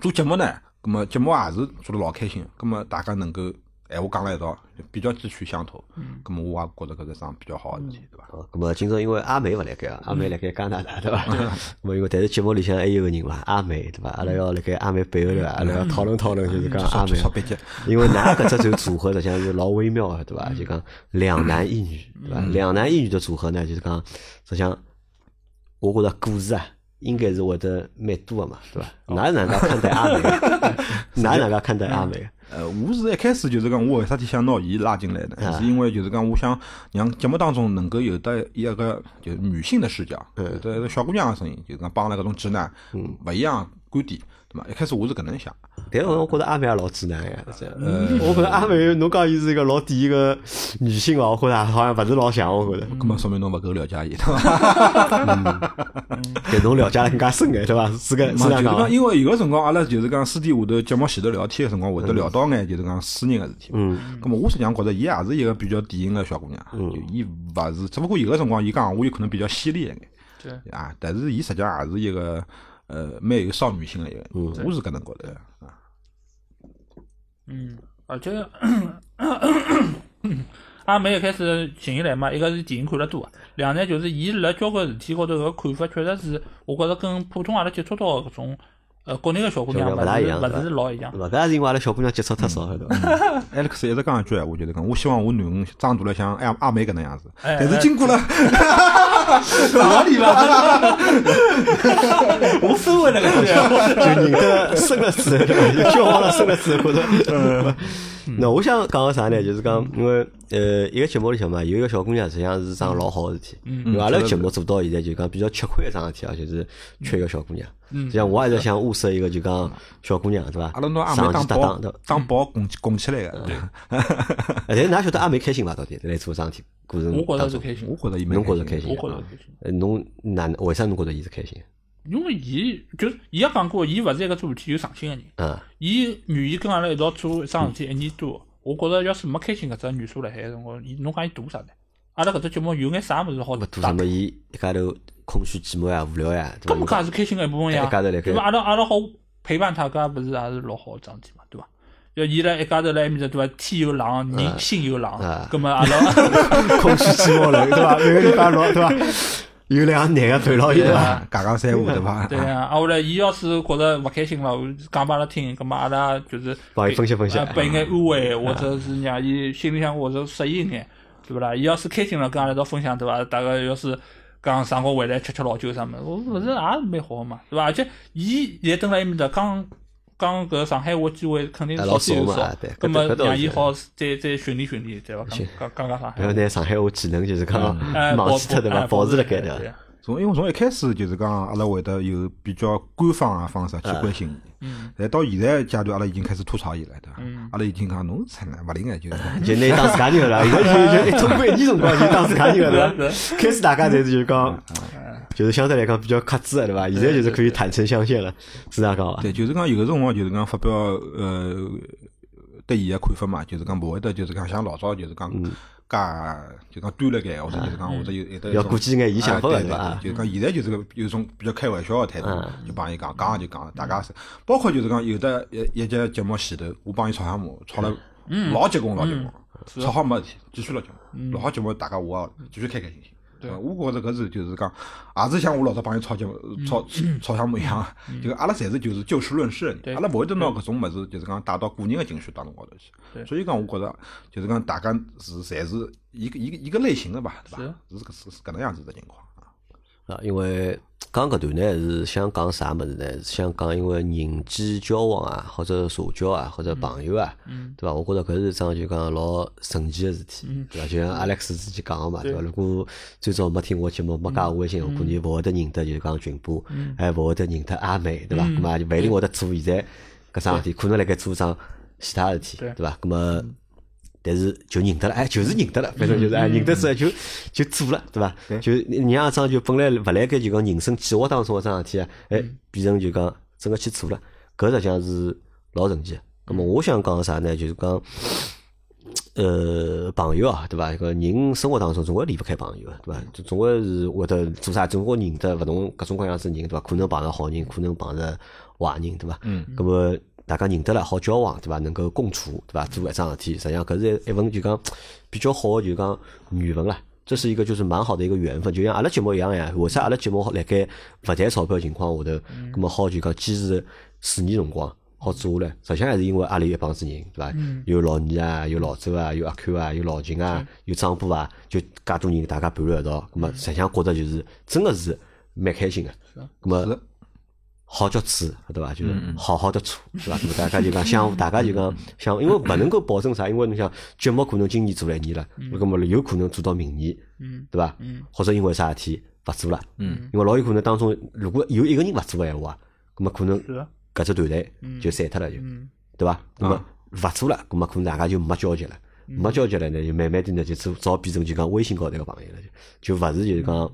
B: 做节目呢，咁么节目也是做得老开心，咁么大家能够闲话讲辣一道，就比较志趣相投，咁么我也觉着搿是桩比较好个事体，对伐？
A: 好，咁么今朝因为阿梅勿辣盖啊，阿梅辣盖加拿大对 伐？咁么因为但是节目里向还有个人嘛，阿梅对伐？阿拉要辣盖阿梅背后头啊，阿拉要讨论讨论，就是讲阿
B: 少
A: 梅
B: 少
A: 啊，
B: 别急，
A: 因为㑚搿只就组合实际上是老微妙个对伐？就讲两男一女对伐？两男一女的组合呢，就是讲实际上，我觉着故事啊。应该是会得蛮多个嘛，对伐？哪能介看待阿 梅？哪能介看待阿梅？
B: 呃，我是一开始就是讲，我为啥体想拿伊拉进来呢？是因为就是讲，我想让节目当中能够有得一个就是女性的视角，有得一个小姑娘的声音，就是讲帮了搿种直男勿一样的观点，对伐？一开始我是搿能想，
A: 但是我觉得阿梅也老直男呀，
B: 嗯
A: 我觉得阿梅，侬讲伊是一个老第一个女性哦，我觉着好像勿是老像，我觉着。
B: 咁么说明侬勿够了解伊，对伐？
A: 但侬了解了更加深眼，对伐？是个
B: 嘛，
A: 是啊这
B: 就
A: 样
B: 是讲，
A: 讲。
B: 因为有个辰光，阿拉就是讲私底下头节目前头聊天个辰光，会得聊到眼就是讲私人个事体嘛。
A: 嗯。
B: 咁么，我实际上觉着伊也是一个比较典型个小姑娘，就伊勿是，只不过有个辰光伊讲闲话有可能比较犀利一眼，
C: 对
B: 啊，但是伊实际上也是一个呃蛮有少女心的一个人，
A: 嗯
B: 我是搿能觉得的啊。
C: 嗯，而且， 阿梅一开始寻伊来嘛，一个是电影看了多啊，两呢就是伊辣交关事体高头搿看法，确实是我觉着跟普通阿拉接触到的搿种呃国内个小姑娘
A: 小姑
C: 勿
A: 娘勿
C: 是
A: 大一样
C: 勿是老一样
A: 对。伐？搿也是因为阿拉小姑娘接触太少了，
B: 嗯
A: 对伐？
B: 艾利克斯一直讲一句闲话，就是讲，我希望我囡恩长大了像阿阿梅搿能样子。
C: 哎
B: 但是
C: 哎
B: 经过了哪里了？
C: 我分为了搿 些，
A: 就认 得生了之后，交往了生了之后，觉
C: 嗯
A: 得。那我想讲个啥呢？就是讲，因为呃，一个节目里向嘛，有一个小姑娘，实际上是桩老好个事体。
C: 嗯
A: 因为阿拉节目做到现在，就讲比较吃亏一桩事体啊，就是缺一个小姑娘。
C: 嗯
A: 实际上，我也是想物色一个，就讲小姑娘，对伐？
B: 阿拉拿阿梅
A: 上
B: 当
A: 去搭
B: 宝
A: 档，对伐？哎
B: 当宝拱起拱起来
C: 嗯
B: 个。
A: 但是㑚晓得阿梅开心伐？到底来做桩事体过程
C: 我觉着
A: 当
C: 是
A: 中，
C: 开 心
B: 我，觉着伊蛮
A: 侬觉着开
B: 的
A: 心
C: 我觉着
A: 啊
C: 是开心，？
A: 呃侬哪能为啥侬觉着伊是开心？
C: 因为伊就是伊也讲过，伊勿是一个做事体有上心个人，
A: 啊，
C: 伊愿意跟阿拉一道做一桩事体一年多，我觉着要是没开心搿只元素辣海个辰光，伊侬讲伊赌啥呢？阿拉搿只节目有眼啥物事好
A: 勿
C: 打
A: 做什么伊一家头空虚寂寞呀、无聊呀，对
C: 搿
A: 伐？
C: 么讲也是开心个一部分呀，
A: 哎一家头辣盖
C: 对伐？阿拉阿拉好陪伴他搿勿是也是老好个桩事体嘛，对伐？要伊拉一家头辣埃面搭对伐？天又冷，人心又冷
A: 啊，
C: 葛么 阿拉
A: 空虚寂寞了， 对伐？每个礼拜六，对伐？有两个男个陪牢伊，对伐？
B: 啊， 讲讲三胡对伐？
C: 对呀，啊后来伊要是觉着勿开心了，讲拨阿拉听，葛么阿拉就是
A: 帮伊分析分析啊
C: 啊拨伊眼安慰，或者是让伊心里向或者适应眼，对勿啦？伊要是开心了，跟阿拉一道分享，对伐？大家要是讲啥辰光回来吃吃老酒啥么，我勿是也蛮好个嘛，对伐？而且伊现在蹲辣埃面搭讲讲搿上海话机会肯定
A: 啊
C: 是
A: 老
C: 之又
A: 少嘛
C: 少
A: 啊对，
C: 葛么
A: 搿搿倒
C: 让
A: 是
C: 伊好再再训练训练，对伐？讲讲讲讲上海
A: 然后
C: 话，
A: 拿上海话技能就是讲
C: 哎，
A: 忘记脱，对伐？
C: 哎
A: 保持辣盖
C: 对
A: 对伐？
C: 啊。
B: 从因为从一开始就是讲，阿拉会得有比较官方个方式去关心伊。
C: 嗯。
B: 但到现在阶段，阿拉已经开始吐槽伊了，对伐
C: 嗯？
B: 阿拉已经讲侬是啥勿灵 个，就是讲
A: 就拿伊当自家人 了，现在就就一通过一年辰光就当自家人了，对啊嗯伐？开始大家侪是就是讲，就是相对来讲比较克制的，对伐？现在就是可以坦诚相见了，是这样讲伐？
B: 对，就是讲有个辰光就是讲发表呃对伊个看法嘛，就是讲勿会得就是讲像老早就是讲
A: 嗯
B: 介就讲端辣盖，或者就是讲或者有有得一
A: 啊要
B: 种
A: 顾及眼伊
B: 啊
A: 想法
B: 对
A: 对嗯
B: 对
A: 伐？
B: 就是讲现在就是个有种比较开玩笑的态度，就帮伊讲，讲也就讲，大家是包括就是讲有的一一节节目前头，我帮伊吵相骂，吵了
A: 嗯
B: 老结棍老结棍，吵好没事体，继续录节目，录好节目大家我也继续开开心心。对吧，呃我觉着搿是就是讲，也是像我老早帮伊吵节目、吵吵相骂一样， 就是阿拉侪是就是就事论事的人，
C: 对
B: 阿拉勿会得拿搿种物事就是讲带到个人的情绪当中高头去。
C: 对
B: 所以讲，我觉着就是讲大家是侪是一个一个一个类型的吧，对伐？是搿是是搿能样子的情况。
A: 啊，因为讲搿段呢是想讲啥物事呢？是想讲因为人际交往啊，或者社交啊，或者朋友啊，对伐？我觉着搿是一桩就讲老神奇个事体，对伐？就像 Alex 之前讲个嘛，对伐？如果最早没听我节目，没加我微信，我估计勿会得认得就是讲群播，还勿会得认得阿美，对伐？咾么就勿一定会得做现在搿桩事体，可能辣盖做桩其他事体，
C: 对
A: 对伐？咾么。但是就认得了，哎，就是认得了，反正就是哎，认得之后就就做了，对伐？就让一桩就本来勿来该就讲人生计划当中一桩事体啊，哎，变成就讲真个去做了，搿实际上是老神奇的。咁么我想讲个啥呢？就是讲，呃，朋友啊，对伐？搿人生活当中总归离勿开朋友的，啊对伐？就总归是会得做啥，总归认得勿同各种各样子人，对伐？可能碰着好人，可能碰着坏人，对伐？嗯。咁么大家认得了，好交往，对伐？能够共处，对伐？做一桩事体，实际上搿是一份就讲比较好的就讲缘分啦。这是一个就是蛮好的一个缘分，就像阿拉节目一样呀。为啥阿拉节目辣盖勿赚钞票的情况下头，咁么好就讲坚持四年辰光好做下来，实际上还是因为阿里一帮子人，对伐？有老二啊，有老周啊，有阿 Q 啊，有老秦啊，有张波啊，就介多人大家伴辣一道，咁么实际上觉得就是真个是蛮开心个。咁么
B: 是
A: 好叫处，对伐？
C: 嗯
A: 就是好好的处，对伐？咁大家就讲 相互，大家就讲相互，因为勿能够保证啥，因为侬想节目可能今年做了一年了，咁么有可能做到明年，
C: 嗯
A: 对伐？
C: 嗯
A: 或者因为啥事体勿做了，
B: 嗯，
A: 因为老有可能当中如果有一个人勿做个闲话，咁么可能
C: 是的
A: 搿只团队就散脱了就，
C: 嗯
A: 对伐？咁
B: 啊
A: 么勿做了，咁么可能大家就没交集了。没交集了呢，就慢慢的呢，就只早变成就讲微信高头个朋友了，就就勿是就是讲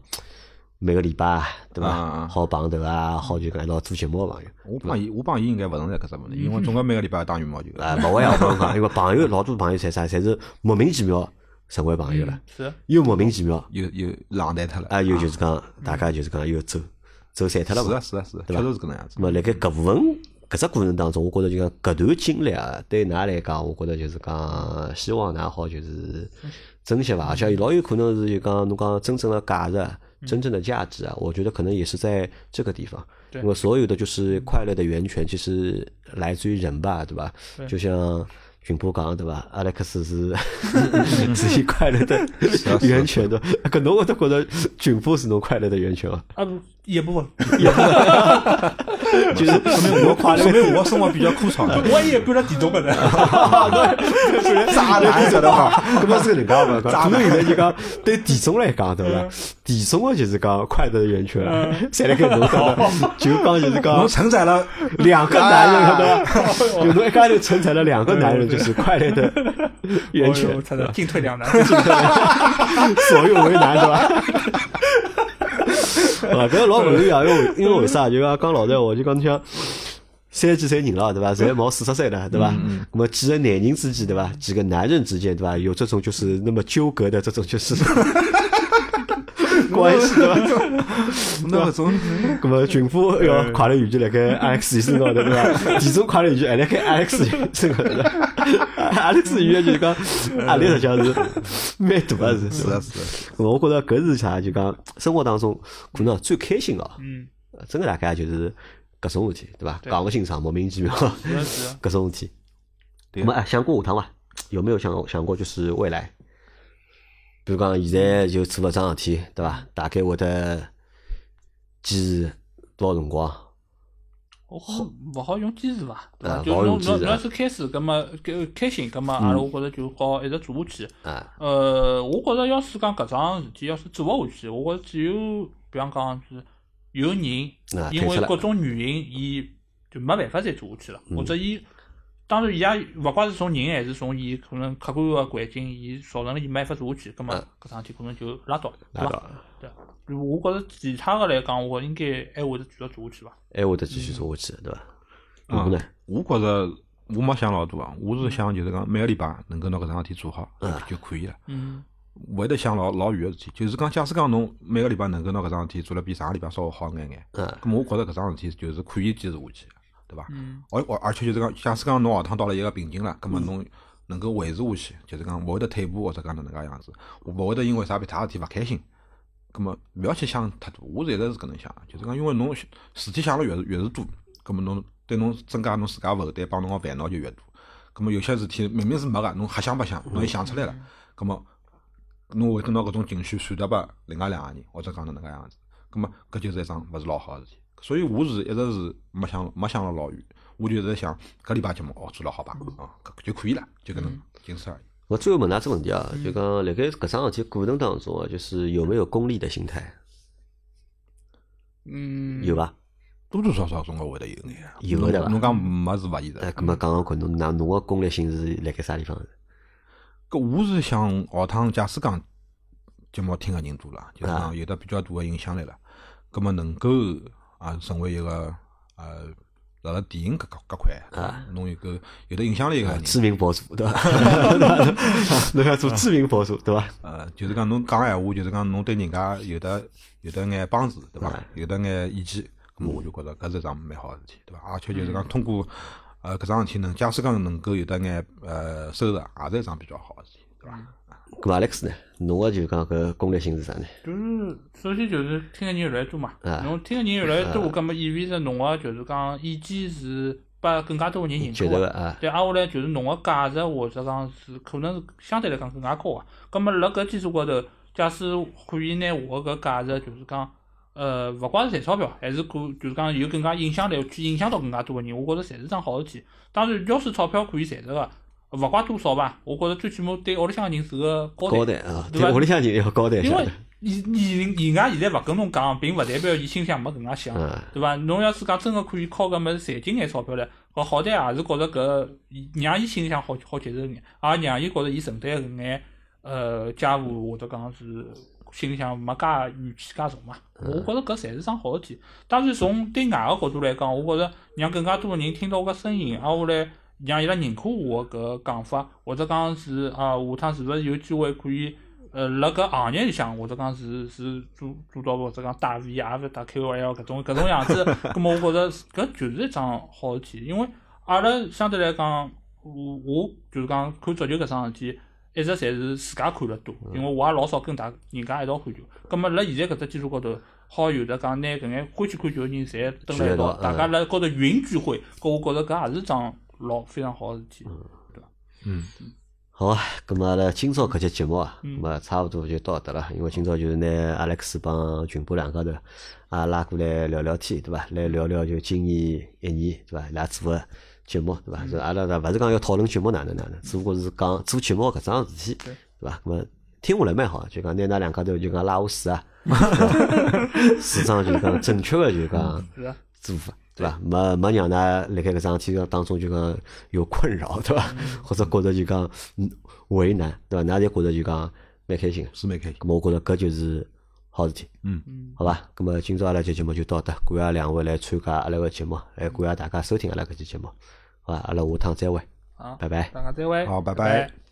A: 每个礼拜啊对
B: 啊
A: 伐？
B: 啊
A: 好碰头啊，好就讲一道做节目个朋友，
B: 我帮伊，我帮伊应该勿存在搿只问
A: 嗯
B: 题，
A: 呃
B: 因为总归每个礼拜打羽毛球。
A: 啊，勿会啊，我跟侬讲，因为朋友老多朋友侪啥，侪是莫名其妙成为朋友
B: 嗯
A: 了，
C: 是
A: 又莫名其妙
B: 又又冷淡脱了。
A: 啊，又就是讲大家就是讲又走走散脱了
B: 是
A: 嘛
B: 啊。是啊是啊，确
A: 吧
B: 实是搿能样子
A: 那。么辣盖搿部分搿只过程当中，我觉着就讲搿段经历啊，对㑚来讲，我觉着就是讲希望㑚好就是珍惜吧，而且老有可能是就讲侬讲真正的价值啊。
C: 嗯
A: 真正的价值啊，我觉得可能也是在这个地方，
C: 对
A: 因为所有的就是快乐的源泉，其实来自于人吧，对吧？
C: 对
A: 就像群波讲的，对吧？阿莱克斯是 是是啊快乐的源泉的，搿侬会得觉得群波是侬快乐的源泉伐？
C: 啊不一部分，
A: 就是啊说明我 快乐
B: 说明我生活比较枯 燥。
C: 我也搬到地中 搿搭，
A: 渣男晓得伐？搿么是搿能介 嘛？可能现在就讲对田中来讲，对伐？田中个就是讲快乐的源泉，侪辣盖侬搿搭，就讲就是
B: 侬
A: 讲
B: 承载了
A: 两个男人，晓得伐？就侬一家头承载了两个男人，就是快乐的源
C: 哎呦
A: 泉
C: 我，操，进退 两难。
A: 左右为难，对伐？啊，搿老勿容易啊，因为因为为啥？就讲讲老实闲话，就讲你像三十几岁人了，对伐？侪毛四十岁了，对伐？那么几个男人之间，对伐？几个男人之间，对伐？有这种就是那么纠葛的这种就是关系，对伐？
B: 那种
A: 那么群夫要快乐语句辣盖 Alex 身高头，对伐？其中快乐语句还辣盖 Alex 身高头，Alex 语言就是讲啊压力实际上是蛮大个，是
B: 是
A: 吧
B: 啊是啊，
A: 我觉着搿是啥？就讲生活当中可能最开心个、啊
C: 嗯，
A: 真个大概就是搿种事体，对伐？
C: 对
A: 讲个欣赏莫名其妙
C: 嗯是的是啊的
A: 搿种事体。
B: 对
C: 啊
A: 那么哎，想过下趟伐？有没有想想过就是未来？比如讲现在就做勿桩事体，对伐？大概会得坚持多少辰光？
C: 我好勿好用坚持伐？对
A: 啊
C: 伐？
A: 勿
C: 就
A: 好
C: 侬
A: 用嗯
C: 侬
A: 坚持
C: 侬要是开始，葛末开开心，葛末阿啊拉我觉着就好一直做下去。
A: 啊，
C: 呃，我觉着要是讲搿桩事体要是做勿下去，我觉着只有比方讲是有人
A: 啊退
C: 因
A: 出嗯
C: 为
A: 了
C: 各种原因，伊就没办法再做下去了，或者伊当然伊也勿管是从人还是从伊可能客观个环境，伊造成了伊没法做下去，葛末
A: 嗯
C: 搿桩事体可能就拉倒，对
A: 拉
C: 伐？
A: 倒，
C: 对。我觉着其他个来讲，我应该还会得继续做下去伐？
A: 还会得继续做下去，对伐？
C: 嗯
B: 啊
A: 我呢，
B: 我觉着我没想老多啊，我是想就是讲每个礼拜能够拿搿桩事体做好就可以了。
C: 嗯，
B: 勿会得想老老远个事体，就是讲，假使讲侬每个礼拜能够拿搿桩事体做了比上个礼拜稍微好眼眼，
A: 嗯
B: 咁我觉着搿桩事体就是可以坚持下去，对伐？
C: 嗯
B: 而而而且就是讲，假使讲侬学堂到了一个瓶颈了，咁么侬能够维持下去，就是讲勿会得退步或者讲哪能介样子，勿会得因为啥别他事体勿开心，咁么勿要去想太多。我是一直是搿能想的，就是讲因为侬事体想了越是越是多，咁么侬对侬增加侬自家负担，帮侬个烦恼就越多。咁么有些事体明明是没个，侬瞎想白想，
A: 嗯
B: 侬一想出来了，咁么侬会得拿搿种情绪传达拨另外两个人，或者讲哪能介样子。咁么搿就是一桩勿是老好个事体。所以我是一直是没想没想了老远，我就一直想搿礼拜节目哦做了好吧，啊搿就可以了，就搿
A: 嗯
B: 能仅此而已。
A: 我最后问㑚只问题
C: 嗯
A: 啊，就讲辣盖搿桩事体过程当中啊，就是有没有功利的心态？
C: 嗯，
A: 有伐？
B: 多多少少总归会得有眼，啊
A: 有的对伐
B: 侬侬讲没是勿现实
A: 哎，。搿么讲讲看，侬㑚侬个功利性是辣盖啥地方？
B: 搿我是想学堂，假使讲节目听个人多了，就是
A: 啊
B: 讲有得比较大个影响力了，葛么能够啊成为一个呃辣辣电影搿搿搿块，弄一个有得影响力个人，
A: 知名博主 对伐？侬要做知名博主对伐？
B: 呃，就是讲侬讲闲话，就是讲侬对人家有得有得眼帮助，对伐
A: 哎？
B: 有得眼意见，咁么我就觉着搿是一桩蛮好个事体，对伐？而且就是讲通过呃搿桩事体呢，假使讲能够有得眼呃收入，也是一桩比较好个事体，对伐？
A: 搿么 Alex 呢？侬个就讲搿功利性是啥呢？
C: 就是首先就是听个人越来越多嘛
A: 啊，
C: 侬听个人越来越多，葛末意味着侬个就是讲意见是被更加多个人认
A: 觉
C: 可
A: 得个
C: 个。
A: 啊，
C: 对，挨下来就是侬个价值或者讲是可能是相对来讲更加高个。葛末辣搿基础高头，假使可以拿我搿价值就是讲，呃，勿光是赚钞票，还是可就是讲有更加影响力去影响到更加多个人，我觉着侪是桩好事体。当然，要是钞票可以赚着个，勿怪多少吧，我觉着最起码对屋里向个人是个交代
A: 交。代啊，
C: 对
A: 对
C: 伐
A: 屋里向人要交代一
C: 因
A: 下
C: 为
A: 的。
C: 伊伊伊家现在勿跟侬讲，并勿代表伊心里向没搿能介想，
A: 嗯，
C: 对伐？侬要是讲真个可以靠搿物事赚进眼钞票来，搿好歹也是觉着搿让伊心里向好好接受眼，也让伊觉着伊承担搿眼呃家务或者讲是心里向没介怨气介重嘛。我觉着搿侪是桩好事体。当然，从对外个角度来讲，我觉着让更加多个人听到我个声音，挨下来让伊拉认可我搿讲法，或者讲是啊，下趟是勿是有机会可以呃辣搿行业里向，或者讲是是做做到或者讲带 V 啊，勿带 KOL 搿种搿种样子，葛末我觉着搿就是一桩好事体，因为阿拉相对来讲，我我就是讲看足球搿桩事体。一直侪是自家看了多，因为我也老少跟大人家一道看球。葛末辣现在搿只基础高头，好有的讲拿搿眼欢喜看球个人侪蹲辣一道，
A: 嗯
C: 大家辣高头云聚会，搿我觉着搿也是桩老非常好个事体。
B: 嗯，
A: 好啊，咁么阿拉今朝搿节节目啊，
C: 嗯
A: 咁么差勿多就到搿搭了，因为今朝就是拿 Alex 帮群播两家头啊拉过来聊聊天，对伐？来聊聊就今年一年，对伐？伊拉做个节目，对伐？是阿拉勿是讲要讨论节目哪能哪能，只不过是讲做节目搿桩事体，对伐？咁么听下来蛮好，就讲拿㑚两家头就讲拉下水啊，市场就讲正确个就讲
C: 是啊
A: 做法，对伐？没没让㑚辣盖搿桩事体上当中就讲有困扰，对伐？或者觉着就讲嗯为难，对伐？㑚侪觉着就讲蛮开心个。
B: 是蛮开心。
A: 咁我觉着搿就是好事体，
C: 嗯，
A: 好伐？咁么今朝阿拉搿期节目就到这，感谢两位来参加阿拉个节目，还感谢大家收听阿拉搿期节目，好伐？阿拉下趟再会，
C: 好，
A: 拜拜。
C: 啊大家再会。
B: 好拜拜
C: 拜